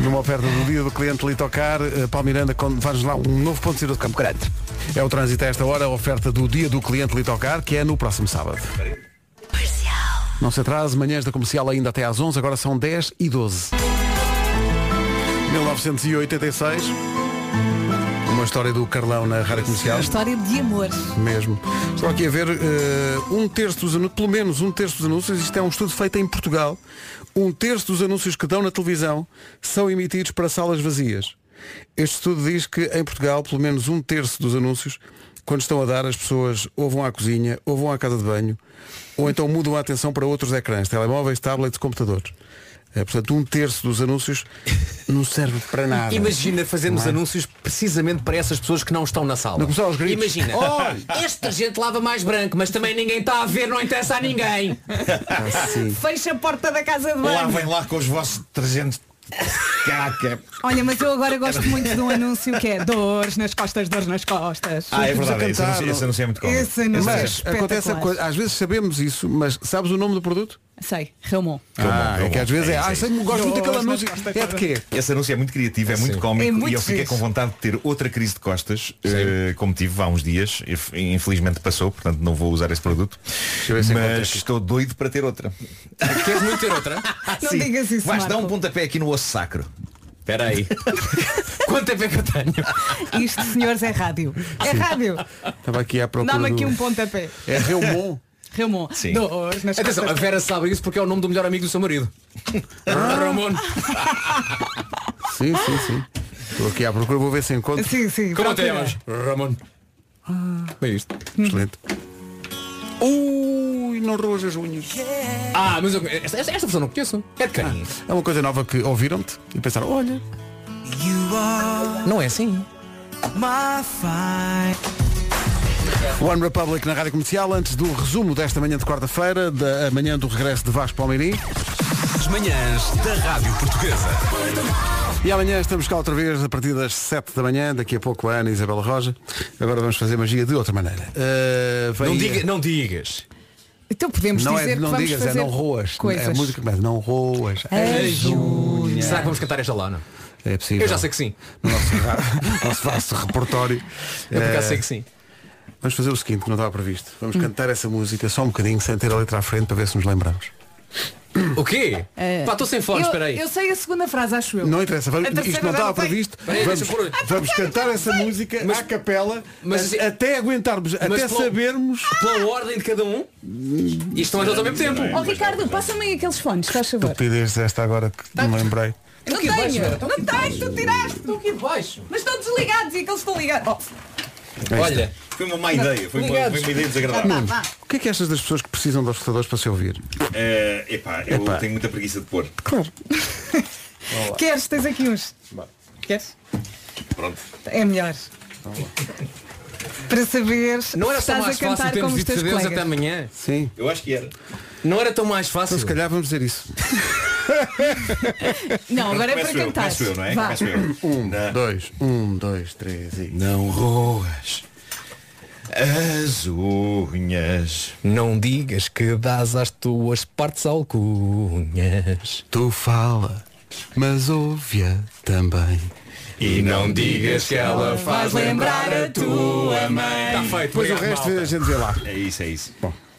Numa oferta do dia do cliente Litocar, eh, Paulo Miranda, quando vais lá um novo ponto de saída de Campo Grande. É o trânsito a esta hora, a oferta do dia do cliente Litocar, que é no próximo sábado. Não se atrase, manhãs da comercial ainda até às 11, agora são 10 e 12. 1986, uma história do Carlão na rádio comercial.
Uma história de amor.
Mesmo. Estou aqui a ver eh, um terço dos anúncios, pelo menos um terço dos anúncios, isto é um estudo feito em Portugal, um terço dos anúncios que dão na televisão são emitidos para salas vazias. Este estudo diz que em Portugal, pelo menos um terço dos anúncios, quando estão a dar, as pessoas ou vão à cozinha, ou vão à casa de banho, ou então mudam a atenção para outros ecrãs, telemóveis, tablets, computadores. Eh, portanto, um terço dos anúncios não serve para nada.
Imagina fazermos
Não é?
anúncios precisamente para essas pessoas que não estão na sala.
Não começaram os gritos.
Imagina.
Olha!
esta gente lava mais branco, mas também ninguém está a ver, não interessa a ninguém.
Assim.
Fecha a porta da casa de
Lá
banho.
vem lá com os vossos 300 caca.
Olha, mas eu agora gosto muito de um anúncio que é dores nas costas, dores nas costas.
Ah, é verdade,
a
esse anúncio-
cantar,
esse anúncio é muito cómodo.
Esse anúncio é
Mas acontece a
espetacular.
coisa, às vezes sabemos isso, mas sabes o nome do produto?
Sei, Ramon.
Ah, é que às vezes é, ah, sei, gosto muito daquela
Gosto,
música.
gosto,
É de quê?
Esse anúncio é muito criativo, é muito
É
cómico
muito
e eu fiquei
fixe.
com vontade de ter outra crise de costas, eh, como tive há uns dias, e infelizmente passou, portanto não vou usar esse produto. Mas estou doido para ter outra.
Queres muito ter outra?
Não digas isso,
Vais dar um
Marco.
pontapé aqui no osso sacro.
Espera aí. Quanto tempo é que eu tenho?
Isto, senhores, é rádio. É
Sim.
rádio.
Estava aqui à procura.
Dá-me aqui
do-
um pontapé.
É Reumon.
Ramon.
Sim.
Dores nas
Atenção, a
costas.
Vera sabe isso porque é o nome do melhor amigo do seu marido. Ramon.
Sim, sim, sim. Estou aqui à procura, vou ver se encontro.
Sim, sim.
Como é te
procura.
chamas? Ramon. É isto.
Excelente. Ui, não roas as unhas.
Ah, mas eu, esta, esta, esta pessoa não conheço. É de quem?
É uma coisa nova que ouviram-te e pensaram, olha.
Não é assim.
One Republic na Rádio Comercial, antes do resumo desta manhã de quarta-feira, da manhã do regresso de Vasco Palmeirim.
As manhãs da Rádio Portuguesa.
E amanhã estamos cá outra vez a partir das 7 da manhã, daqui a pouco a Ana e Isabela Roja. Agora vamos fazer magia de outra maneira. Uh, vem-
Não, diga, não digas.
Então podemos
Não,
dizer
é,
que
não
vamos
digas, é
fazer
não roas.
coisas. É.
É a música que começa, não roas.
As unhas.
Será que vamos cantar esta lá, não?
É possível.
Eu já sei que sim.
No nosso, ra- nosso vasto repertório.
Eu por acaso
Eh,
sei que sim.
Vamos fazer o seguinte, que não estava previsto.
Hum.
Vamos cantar essa música só um bocadinho, sem ter a letra à frente, para ver se nos lembramos.
O quê?
É.
Pá, estou sem fones,
Eu-
espera aí.
Eu sei a segunda frase, acho eu.
Não é interessa, vamos-
A terceira
isto não
já
estava
sei.
previsto.
Espera aí,
vamos
deixa eu pôr outro.
vamos cantar essa música à capela,
mas assim-
a- até aguentarmos, até
pela-
sabermos.
Pela ordem de cada um. E estão as duas ao mesmo tempo.
Oh Ricardo, passa-me aqueles fones, faz favor.
Pediste esta agora que
Tá
me lembrei.
Não tenho, não tenho, tu tiraste. Estão aqui debaixo. Mas estão desligados e aqueles estão ligados. Oh,
Olha,
foi uma má ideia, foi uma, foi uma ideia desagradável.
Nuno, o que é que achas das pessoas que precisam de escutadores para se ouvir?
Eh, epá, eu
Epá.
tenho muita preguiça de pôr.
oh.
Queres? Tens aqui uns. Queres?
Pronto.
É melhor. Para saber
Não era
se
tão
estás
mais
a cantar
fácil
como
termos
os
dito
teus
adeus
colegas.
até amanhã?
Sim.
Eu acho que era.
Não era tão mais fácil.
Então se calhar vamos dizer isso.
Não, agora é para
Começo eu,
cantar.
começo eu, não é?
Vá.
Começo eu.
Um, dois, um, dois, três e.
Não roas as unhas.
Não digas que dás às tuas partes alcunhas.
Tu fala, mas ouve-a também.
E não digas que ela
faz lembrar
a tua mãe. Tá
Depois o resto a gente vê lá.
É isso, é isso.
Bom,